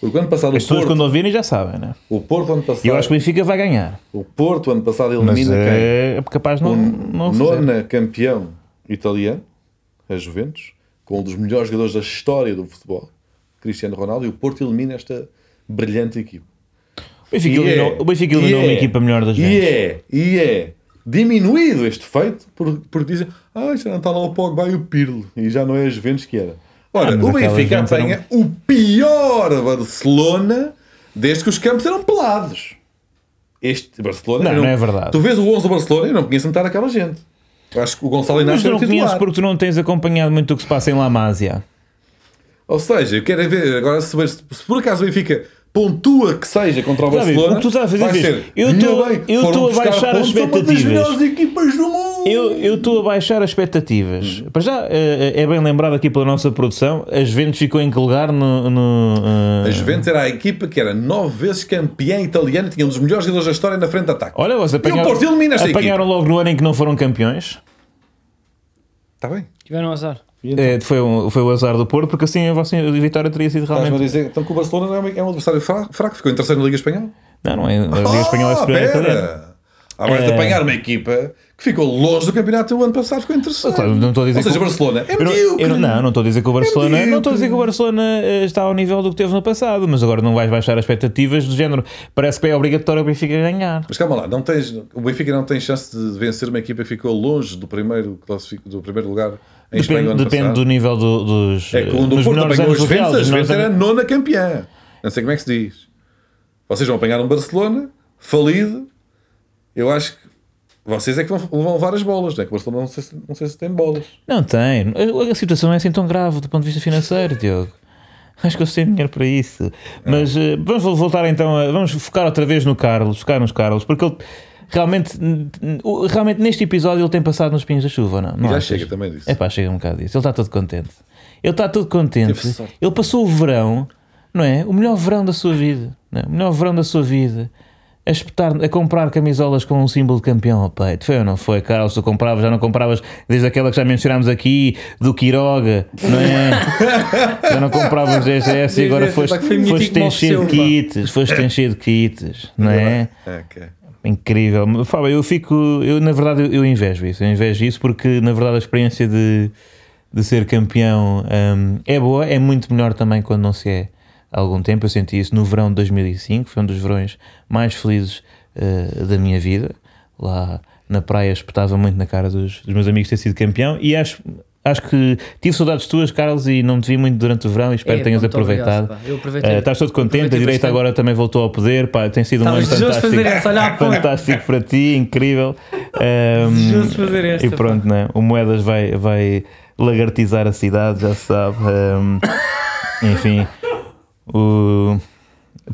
B: Porque o ano passado
C: As
B: o
C: pessoas
B: Porto,
C: quando ouvirem já sabem, né?
B: o Porto ano
C: E
B: passado,
C: eu acho que o Benfica vai ganhar.
B: o Porto ano passado
C: Mas
B: elimina quem?
C: é capaz de não, não fazer.
B: Nona campeão italiano, a Juventus, com um dos melhores jogadores da história do futebol, Cristiano Ronaldo, e o Porto elimina esta brilhante equipa.
C: O Benfica
B: E é-
C: eliminou, o Benfica
B: e
C: eliminou
B: é-
C: uma equipa melhor das
B: E
C: vezes.
B: é, e é diminuído este feito por, por dizem, ah, já não está lá o Pogba e o Pirlo, e já não é a Juventus que era. Ora,
C: Ah, mas
B: o
C: aquela
B: Benfica
C: Juventus era um-
B: apanha o pior Barcelona desde que os campos eram pelados. Este Barcelona...
C: Não,
B: eu
C: não é verdade.
B: Tu vês o 11 do Barcelona, eu não conheço metade daquela gente. Eu Acho que o Gonçalo
C: Mas
B: Inácio
C: tu
B: era
C: não
B: o titular.
C: conheces porque tu não tens acompanhado muito o que se passa em La Masia.
B: Ou seja, eu quero é ver agora se, se por acaso o Benfica pontua que seja contra o
C: Sabe,
B: Barcelona.
C: o que tu estás a fazer
B: vai
C: é
B: ser,
C: eu
B: "Ainda
C: tô-
B: bem,
C: eu
B: foram
C: tô a
B: buscar pontos a
C: baixar as
B: uma das
C: expectativas."
B: melhores equipas do mundo.
C: Eu eu estou a baixar as expectativas.
B: Uhum.
C: Para já, eh, eh, é bem lembrado aqui pela nossa produção, a Juventus ficou em que lugar no... no, eh,
B: A Juventus era a equipa que era nove vezes campeã italiana, tinha um dos melhores jogadores da história na frente de ataque.
C: Olha, vocês
B: E o
C: apanharam,
B: Porto elimina esta
C: apanharam logo no ano em que não foram campeões.
B: Está Tá bem.
A: Tiveram azar.
C: Eh, foi, um- foi o azar do Porto, porque assim a, vossa- a vitória teria sido
B: Estás-me a
C: realmente...
B: dizer então que o Barcelona não é um- é um adversário fra- fraco, ficou em terceiro na Liga Espanhola.
C: Não, não é. A Liga Espanhola é
B: Ah,
C: superior à italiana.
B: pera! Há mais de
C: É.
B: apanhar uma equipa que ficou longe do campeonato o ano passado, ficou em terceiro.
C: Claro, não estou a dizer
B: Ou seja,
C: que o-
B: Barcelona é
C: Eu não,
B: medíocre. É
C: eu não- não, não estou a dizer que o Barcelona,
B: medíocre.
C: não estou a dizer que o Barcelona eh, está ao nível do que teve no passado, mas agora não vais baixar as expectativas do género. Parece que é obrigatório o Benfica ganhar.
B: Mas calma lá, não tens, o Benfica não tem chance de vencer uma equipa É que ficou longe do primeiro, classific- do primeiro lugar Em Espanha,
C: Depende,
B: ano
C: depende
B: passado.
C: do nível do- dos.
B: É quando o
C: nos
B: Porto
C: menores
B: apanhou
C: anos
B: os
C: do
B: Juventus,
C: Real, dos
B: a Juventus
C: menores
B: era a
C: anos-
B: nona campeã. Não sei como é que se diz. Vocês vão apanhar um Barcelona falido. Eu acho que vocês é que vão, vão levar as bolas, né? Que o Barcelona não sei, se- não sei se tem bolas.
C: Não tem. A, a situação não é assim tão grave do ponto de vista financeiro, Diogo. Acho que eles têm dinheiro para isso.
B: É.
C: Mas eh, vamos vol- voltar então, a, vamos focar outra vez no Carlos, focar nos Carlos, porque ele realmente, n- n- o- realmente neste episódio ele tem passado nos pinhos da chuva, não? não
B: Já
C: achas?
B: chega também disso.
C: É pá, chega um bocado disso. Ele está todo contente. Ele está todo contente.
B: Teve sorte.
C: Ele passou o verão, não é? O melhor verão da sua vida. não é? O melhor verão da sua vida. A, espetar, a comprar camisolas com um símbolo de campeão ao peito. Foi ou não foi, Carlos? Tu compravas, já não compravas desde aquela que já mencionámos aqui, do Quiroga, não é? já não um compravas desde essa e agora
A: essa, pá,
C: foste,
A: que foi mítico
C: foste
A: Nove
C: encher de
A: Silva.
C: kits, foste encher de kits, não é?
B: É, ok.
C: Incrível. Fábio, eu fico. Eu, na verdade, eu, eu invejo isso. Eu invejo isso porque, na verdade, a experiência de, de ser campeão hum, é boa, é muito melhor também quando não se é há algum tempo. Eu senti isso no verão de 2005, foi um dos verões mais felizes eh, da minha vida. Lá na praia, espetava muito na cara dos, dos meus amigos ter sido campeão e acho. Acho que tive saudades tuas, Carlos, e não te vi muito durante o verão e espero
A: É,
C: que tenhas
A: pá, muito
C: aproveitado.
A: obrigado, pá. Eu aproveitei.
C: Eh, estás todo contente, a
A: Aproveitei
C: direita
A: bastante.
C: agora também voltou ao poder, pá, tem sido um ano
A: Estavas desejoso de
C: fantástico.
A: fazer essa, olha a ponta.
C: Fantástico para ti, incrível. Ahm,
A: Desejoso de fazer esta,
C: E pronto, né? o Moedas vai, vai lagartizar a cidade, já se sabe. Ahm, enfim, o-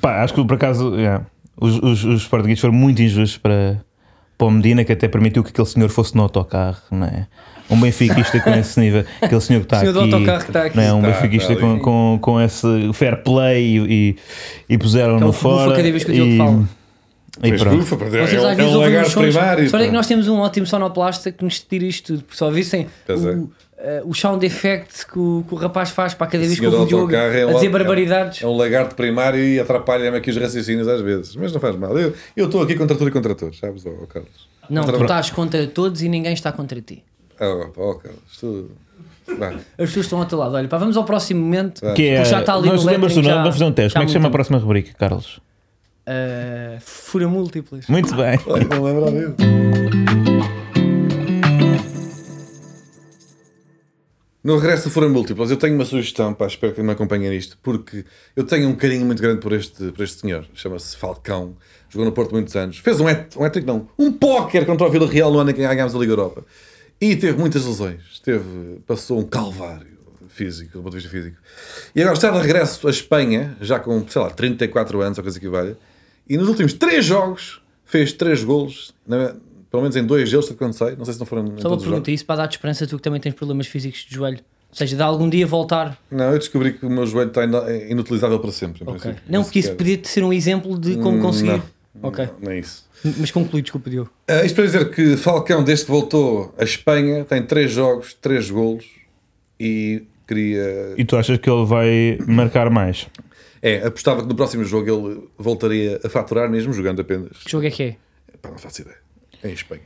C: pá, acho que por acaso yeah, os, os, os portugueses foram muito injustos para, para o Medina, que até permitiu que aquele senhor fosse no autocarro, não é? Um benfiquista com esse nível, aquele senhor que está
A: Senhor do
C: aqui,
A: autocarro que está aqui. tá,
C: não é? um
B: Está,
C: benfiquista
B: está ali.
C: com, com, com esse fair play e, e, e
A: Então,
C: puseram-no
A: bufa
C: fora.
A: cada vez que o Diogo
C: e,
A: fala.
C: e
B: Fez
C: pronto.
B: bufa, pá, é,
A: Vocês
B: um-
A: às
B: é
A: vezes
B: um
A: ouvem
B: lagarto
A: uns sons.
B: primário.
A: Só é que
B: pá.
A: nós temos um ótimo sonoplasta que nos tira isto tudo. Porque só vissem
B: Pois é.
A: o, eh, o sound effect que o, que o rapaz faz para cada vez que
B: senhor
A: ouve o
B: do
A: Diogo
B: autocarro é um
A: a dizer
B: autocarro.
A: barbaridades.
B: É um lagarto primário e atrapalha-me aqui os raciocínios às vezes. Mas não faz mal. Eu eu estou aqui contra tudo e contra todos, sabes, ó, ó, Carlos?
A: Não, tu
B: Contra-
A: estás contra todos e ninguém está contra ti.
B: Ó, ó, Carlos, tu. Vá.
A: As pessoas estão ao teu lado. Olha, pá, vamos ao próximo momento.
C: Que é,
A: Porque já está ali
C: nós
A: no
C: lembras
A: lettering,
C: do nome,
A: já-
C: vamos fazer um
A: já
C: teste. Como é que se chama a
A: muito-
C: próxima rubrica, Carlos?
A: Eh, fura múltiplas.
C: Muito bem.
B: Olha, Não lembro ao vivo. No regresso de Fora Múltiplas, eu tenho uma sugestão, pá, espero que me acompanhem nisto, porque eu tenho um carinho muito grande por este, por este senhor, chama-se Falcão, jogou no Porto muitos anos, fez um hat um hat-trick não, um póquer contra o Vila Real no ano em que ganhámos a Liga Europa, e teve muitas lesões, teve, passou um calvário físico, do ponto de vista físico, e agora está de regresso à Espanha, já com, sei lá, 34 anos ou coisa que valha, e nos últimos 3 jogos fez 3 golos, na- pelo menos em dois deles, tanto quanto sei, não sei se não foram em
A: Só uma
B: todos os jogos.
A: pergunta, isso para dar de esperança tu que também tens problemas físicos de joelho. Ou seja, de algum dia voltar.
B: Não, eu descobri que o meu joelho está ino- é inutilizável para sempre. em
A: Ok.
B: princípio.
A: Não, porque isso
B: sequer-
A: podia ser um exemplo de
C: Hum,
A: como conseguir.
B: Não,
A: Ok.
B: não, não é isso.
A: Mas conclui, desculpa, Diogo.
B: Ah, isto para dizer que Falcão, desde que voltou à Espanha, tem três jogos, três golos e queria.
C: E tu achas que ele vai marcar mais?
B: É, apostava que no próximo jogo ele voltaria a faturar mesmo jogando apenas.
A: Que jogo é que é?
B: Pá, não faço ideia. Em Espanha.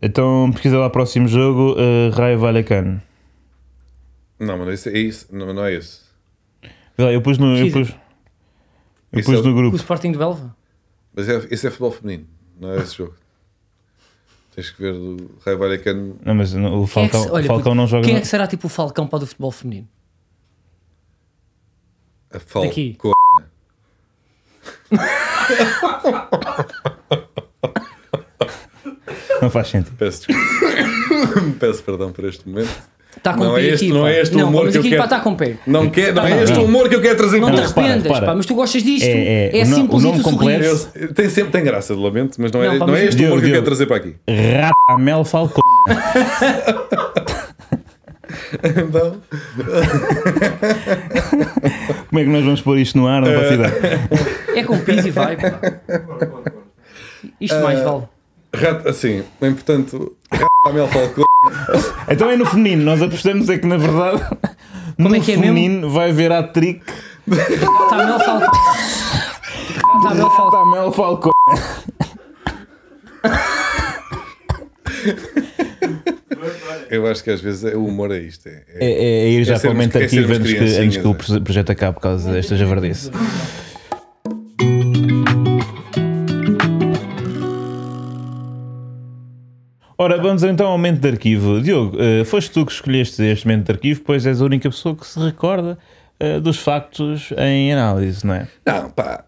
C: Então pesquisa lá próximo jogo, eh, Raio Vallecano.
B: Não, mas não é isso. É isso. Não, não é isso.
C: Vê lá, Eu pus no, eu
A: Pesquisa.
C: pus, eu
B: Isso
C: pus
B: é-
C: no
A: O
C: grupo.
A: Sporting de Belva?
B: Mas é, esse é futebol feminino. Não é esse jogo. Tens que ver do Raio Vallecano.
C: Não, mas não, o
A: Quem é que
C: Falcão,
A: se- olha,
C: o Falcão
A: puto,
C: não joga.
A: Quem é
C: no-
A: que será tipo o Falcão para o do futebol feminino?
B: A Falcão.
A: Daqui.
C: Não faz sentido.
B: Peço desculpa. Peço perdão por este momento.
A: Está Tá com
B: Não
A: pé
B: é este-
A: aqui,
B: não
A: pá.
B: é este o
A: não,
B: humor
A: mas
B: que eu
A: aqui,
B: quero.
A: pá, está com pé.
B: Não, quer, não
A: Tá
B: é
A: bem.
B: este o humor que eu quero trazer
A: Não
B: para
A: te
C: Não, repara,
A: arrependas,
C: repara.
A: pá, mas tu gostas disto.
C: É,
A: É,
C: é, o no-
A: simples
C: o
A: e
C: nome
A: tu
C: completo-
A: sorris.
B: Eu- tem, sempre, tem graça, lamento, mas não é,
A: Não, pá,
B: não
A: mas-
B: é este o humor que eu
C: Diogo,
B: quero trazer para aqui.
C: Ramel Falcão.
B: Então,
C: Como é que nós vamos pôr isto no ar? Não faço ideia.
A: É com piso e vai, pá. Isto mais
D: Ah.
A: vale.
B: rato, assim, bem, portanto, rato Amel Falcão.
C: Então é no feminino. Nós apostamos é que na verdade no
A: é que é mesmo?
C: feminino vai haver a trick
A: Está Mel Falcão. Está Mel Falcão.
C: Ramel Falcão.
B: Eu acho que às vezes é- o humor é isto. É, é-
C: É, é ir já
B: É
C: para o
B: sermos-
C: momento
B: é
C: arquivo
B: sermos
C: antes que,
B: criancinhas,
C: antes que o
B: é.
C: proje- projeto acabe por causa desta javardice. Ora, vamos então ao momento de arquivo. Diogo, eh, foste tu que escolheste este momento de arquivo, pois és a única pessoa que se recorda eh, dos factos em análise, não é?
D: Não, pá,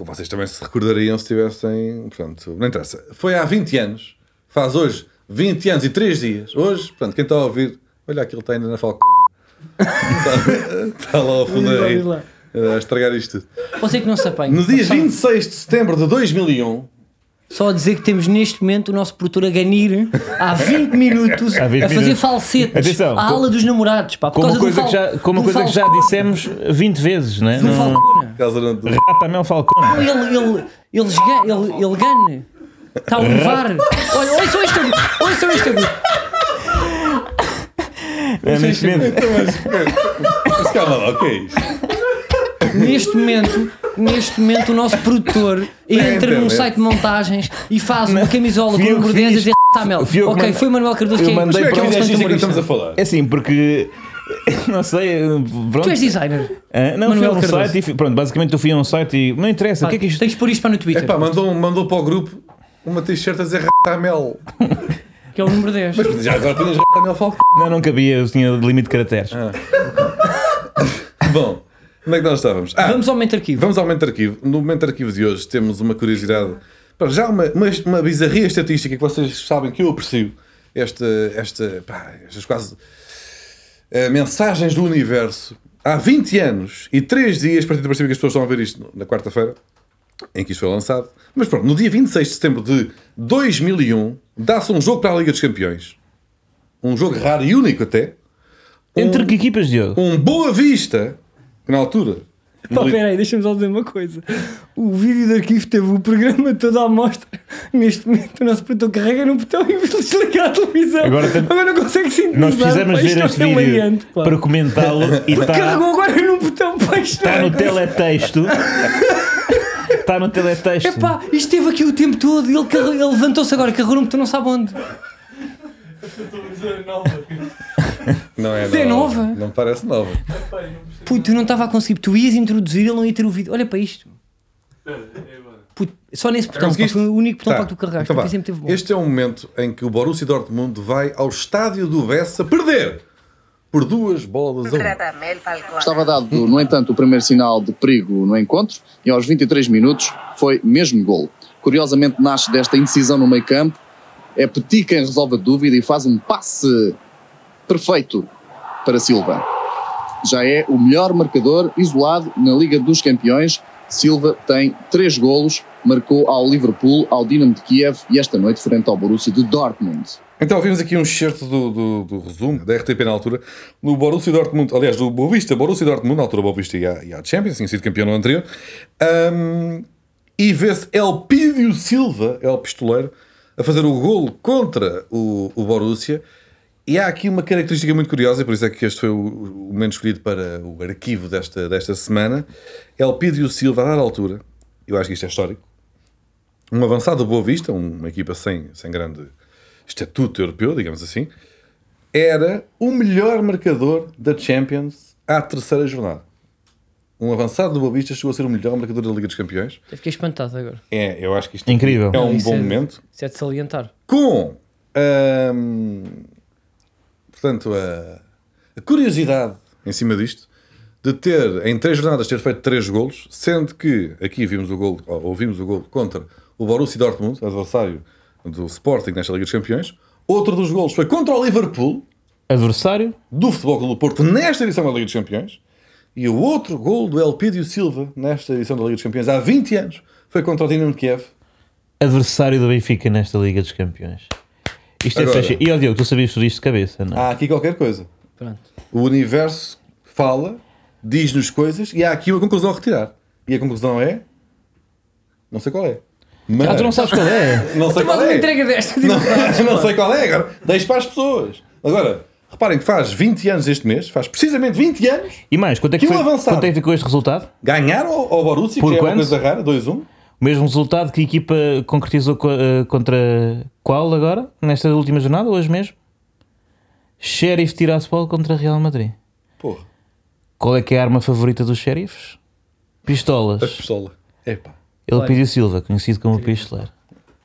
D: vocês também se recordariam se tivessem. Portanto, não interessa. Foi há 20 anos, faz hoje 20 anos e 3 dias. Hoje, portanto, quem está a ouvir, olha aquilo está ainda na falco. está, está lá ao fundo a, rir, a estragar isto tudo.
A: Você que não se apanha.
D: No dia
A: só,
D: 26 de setembro de 2001,
A: só a dizer que temos neste momento o nosso produtor a ganir há 20 minutos
C: Há 20
A: a fazer
C: minutos.
A: falsetes
C: Atenção,
A: à
C: com-
A: ala dos namorados, pá, por
C: Como
A: causa
C: coisa,
A: do
C: que
A: fal-
C: já, como
A: do
C: coisa que já
A: falcone.
C: dissemos 20 vezes, não Ah, é?
A: Do
C: Não-
A: falcone.
D: caso não.
C: Rata Mel Falcone.
A: Ele, ele, ele, esga- ele, ele gana. Está a levar. Olha, olha só este agudo. Olha só este agudo.
C: É, neste momento.
D: Então, mas, mas calma lá, o que é isto?
A: Neste momento, neste momento, o nosso produtor
C: então,
A: entra num
D: internet.
A: site de montagens e faz uma camisola com
C: Fui
A: o
C: eu
A: número
C: que
A: 10 a
C: fiz.
A: dizer está mel.
C: Fui eu que
A: Ok,
C: mandei-
A: foi o Manuel Cardoso
C: eu
A: que é.
C: mandei
D: Como é que
C: para
D: é
C: um
D: isto que
A: humorista.
D: estamos a falar?
C: É assim, porque. Não sei, eh, pronto.
A: Tu és designer.
C: Hã? não,
A: Manuel
C: fui a um
A: Cardoso.
C: site e fui- Pronto, basicamente eu fui a um site e. Não interessa, o que é que isto.
A: Tens de pôr isto para no Twitter,
D: Epá, mandou, mandou para o grupo uma t-shirt a dizer rata mel.
A: que é o número 10.
D: Mas já agora tinhas rata mel falco.
C: Não, não cabia, eu tinha limite de caracteres.
D: Bom, onde é que nós estávamos? Ah,
A: Vamos ao momento arquivo.
D: Vamos ao momento de arquivo. No momento de arquivo de hoje temos uma curiosidade. Pá, Já uma, uma, uma bizarria estatística que vocês sabem que eu aprecio. Esta, esta, pá, estas quase eh, mensagens do universo. Há 20 anos e 3 dias, a partir do princípio que as pessoas estão a ver isto no- na quarta-feira, em que isto foi lançado. Mas pronto, no dia 26 de setembro de 2001, dá-se um jogo para a Liga dos Campeões. Um jogo raro e único até.
C: Entre que equipas, Diogo?
D: Um Boa Vista, que na altura...
A: Pá, peraí, deixa-me só dizer uma coisa. O vídeo de arquivo teve o programa todo à mostra. Neste momento, o nosso produtor carrega num botão e desligar a televisão.
C: Agora tem-
A: Agora não consegue sentir.
C: Nós fizemos ver
A: é
C: este vídeo para comentá-lo e está
A: um Carregou agora num botão para isto.
C: tá
A: não é
C: no
A: coisa-
C: teletexto. Está no teletexto.
A: Epá, isto esteve aqui o tempo todo. Ele, carre- ele levantou-se agora, carregou num botão, não sabe onde.
D: Não é
A: É nova.
D: Não parece nova.
A: Puto, eu não estava a conseguir. Tu ias introduzir, ele não ia ter ouvido. Olha para isto. Puto, só nesse botão, pá,
D: Conseguiste?
A: foi o único botão
D: Tá.
A: para que tu carregaste.
D: Então
A: porque
D: vá.
A: sempre teve bom.
D: Este é um momento em que o Borussia Dortmund vai ao estádio do Bessa perder por duas bolas a uma.
E: Radamel Falcone.
F: Estava dado, no entanto, o primeiro sinal de perigo no encontro e aos 23 minutos foi mesmo gol. Curiosamente nasce desta indecisão no meio campo, é Petit quem resolve a dúvida e faz um passe perfeito para Silva. Já é o melhor marcador isolado na Liga dos Campeões. Silva tem três golos, marcou ao Liverpool, ao Dinamo de Kiev e esta noite frente ao Borussia de Dortmund.
D: Então vimos aqui um excerto do, do, do resumo da RTP na altura. No Borussia Dortmund, aliás, do Boavista, Borussia Dortmund, na altura o Boavista ia, ia à Champions, tinha sido campeão no ano anterior. Ahm, e vê-se Elpídio Silva, é o pistoleiro, a fazer o golo contra o, o Borussia. E há aqui uma característica muito curiosa, e por isso é que este foi o, o momento escolhido para o arquivo desta, desta semana. Elpídio Silva, a dada altura, eu acho que isto é histórico, um avançado do Boa Vista, um, uma equipa sem, sem grande estatuto europeu, digamos assim, era o melhor marcador da Champions à terceira jornada. Um avançado do Boa Vista chegou a ser o melhor marcador da Liga dos Campeões.
A: Eu fiquei espantado agora.
D: É, eu acho que isto
C: Incrível.
D: é um
A: Isso
D: bom
A: é-
D: momento.
A: Isso é de salientar.
D: Com, hum, portanto, a, a curiosidade em cima disto de ter, em três jornadas, ter feito três golos, sendo que aqui vimos o gol, ou ouvimos o gol contra o Borussia Dortmund, adversário do Sporting nesta Liga dos Campeões. Outro dos golos foi contra o Liverpool,
C: Adversário?
D: do Futebol Clube do Porto nesta edição da Liga dos Campeões e o outro gol do Elpidio Silva nesta edição da Liga dos Campeões há 20 anos foi contra o Dinamo de Kiev.
C: Adversário do Benfica nesta Liga dos Campeões. Isto é
D: Agora.
C: fecha. E ó Diogo, tu sabias tudo isto de cabeça, não? é?
D: Há aqui qualquer coisa.
A: Pronto.
D: O universo fala, diz-nos coisas e há aqui uma conclusão a retirar. E a conclusão é. Não sei qual é. Mas...
C: Ah,
A: Então
C: tu não sabes qual é?
D: Não sei
A: Tu Então
D: qual
A: faz uma
D: é.
A: entrega desta. tipo-
D: Não,
A: Não.
D: não sei qual é agora. Deixo para as pessoas. Agora, reparem que faz 20 anos este mês, faz precisamente 20 anos,
C: E mais, quanto é que,
D: Que um
C: foi,
D: avançado.
C: quanto é que ficou este resultado?
D: ganharam ao ao Borussia,
C: Por
D: que é uma
C: quanto?
D: coisa rara, 2-1.
C: O mesmo resultado que a equipa concretizou co- eh, contra qual agora? Nesta última jornada, hoje mesmo? Sheriff Tiraspol contra Real Madrid.
D: Porra,
C: Qual é que é a arma favorita dos xerifes?
D: a
C: Pistolas.
D: pistola. Epá.
C: Ele pediu Silva, conhecido como pistoleiro.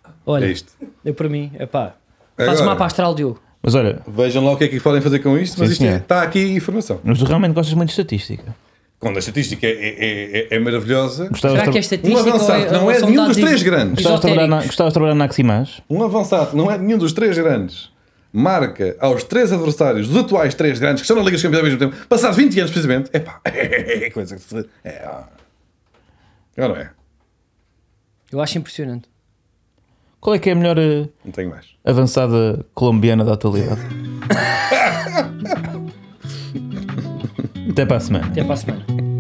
D: É
A: Olha,
D: isto. É
A: eu para mim, epá, Faz
D: Agora.
A: mapa astral, Diogo.
C: Mas olha,
D: Vejam lá o que é que podem fazer com isto, mas
C: Sim,
D: isto é-
C: senhor.
D: está aqui informação.
C: mas tu realmente gostas muito de estatística.
D: Quando a estatística é, é- é- é maravilhosa,
C: Gostavas
A: Será
C: de
A: que é
C: tra-
D: um
A: estatística?
D: avançado que
A: ou é-
D: não
A: ou
D: é
A: são
D: nenhum dos
A: dados
D: três
A: is-
D: grandes.
C: Gostavas de trabalhar na-
A: esotéricos?
C: Gostavas de trabalhar na Aximage?
D: Um avançado que não é nenhum dos três grandes. Marca aos três adversários, os atuais três grandes, que estão na Liga dos Campeões ao mesmo tempo, passados 20 anos precisamente. Epá, é coisa que se. É, ah. Já não é?
A: Eu acho impressionante.
C: Qual é que é a melhor eh,
D: Não tenho mais.
C: avançada colombiana da atualidade? Até para a semana.
A: Até para a semana.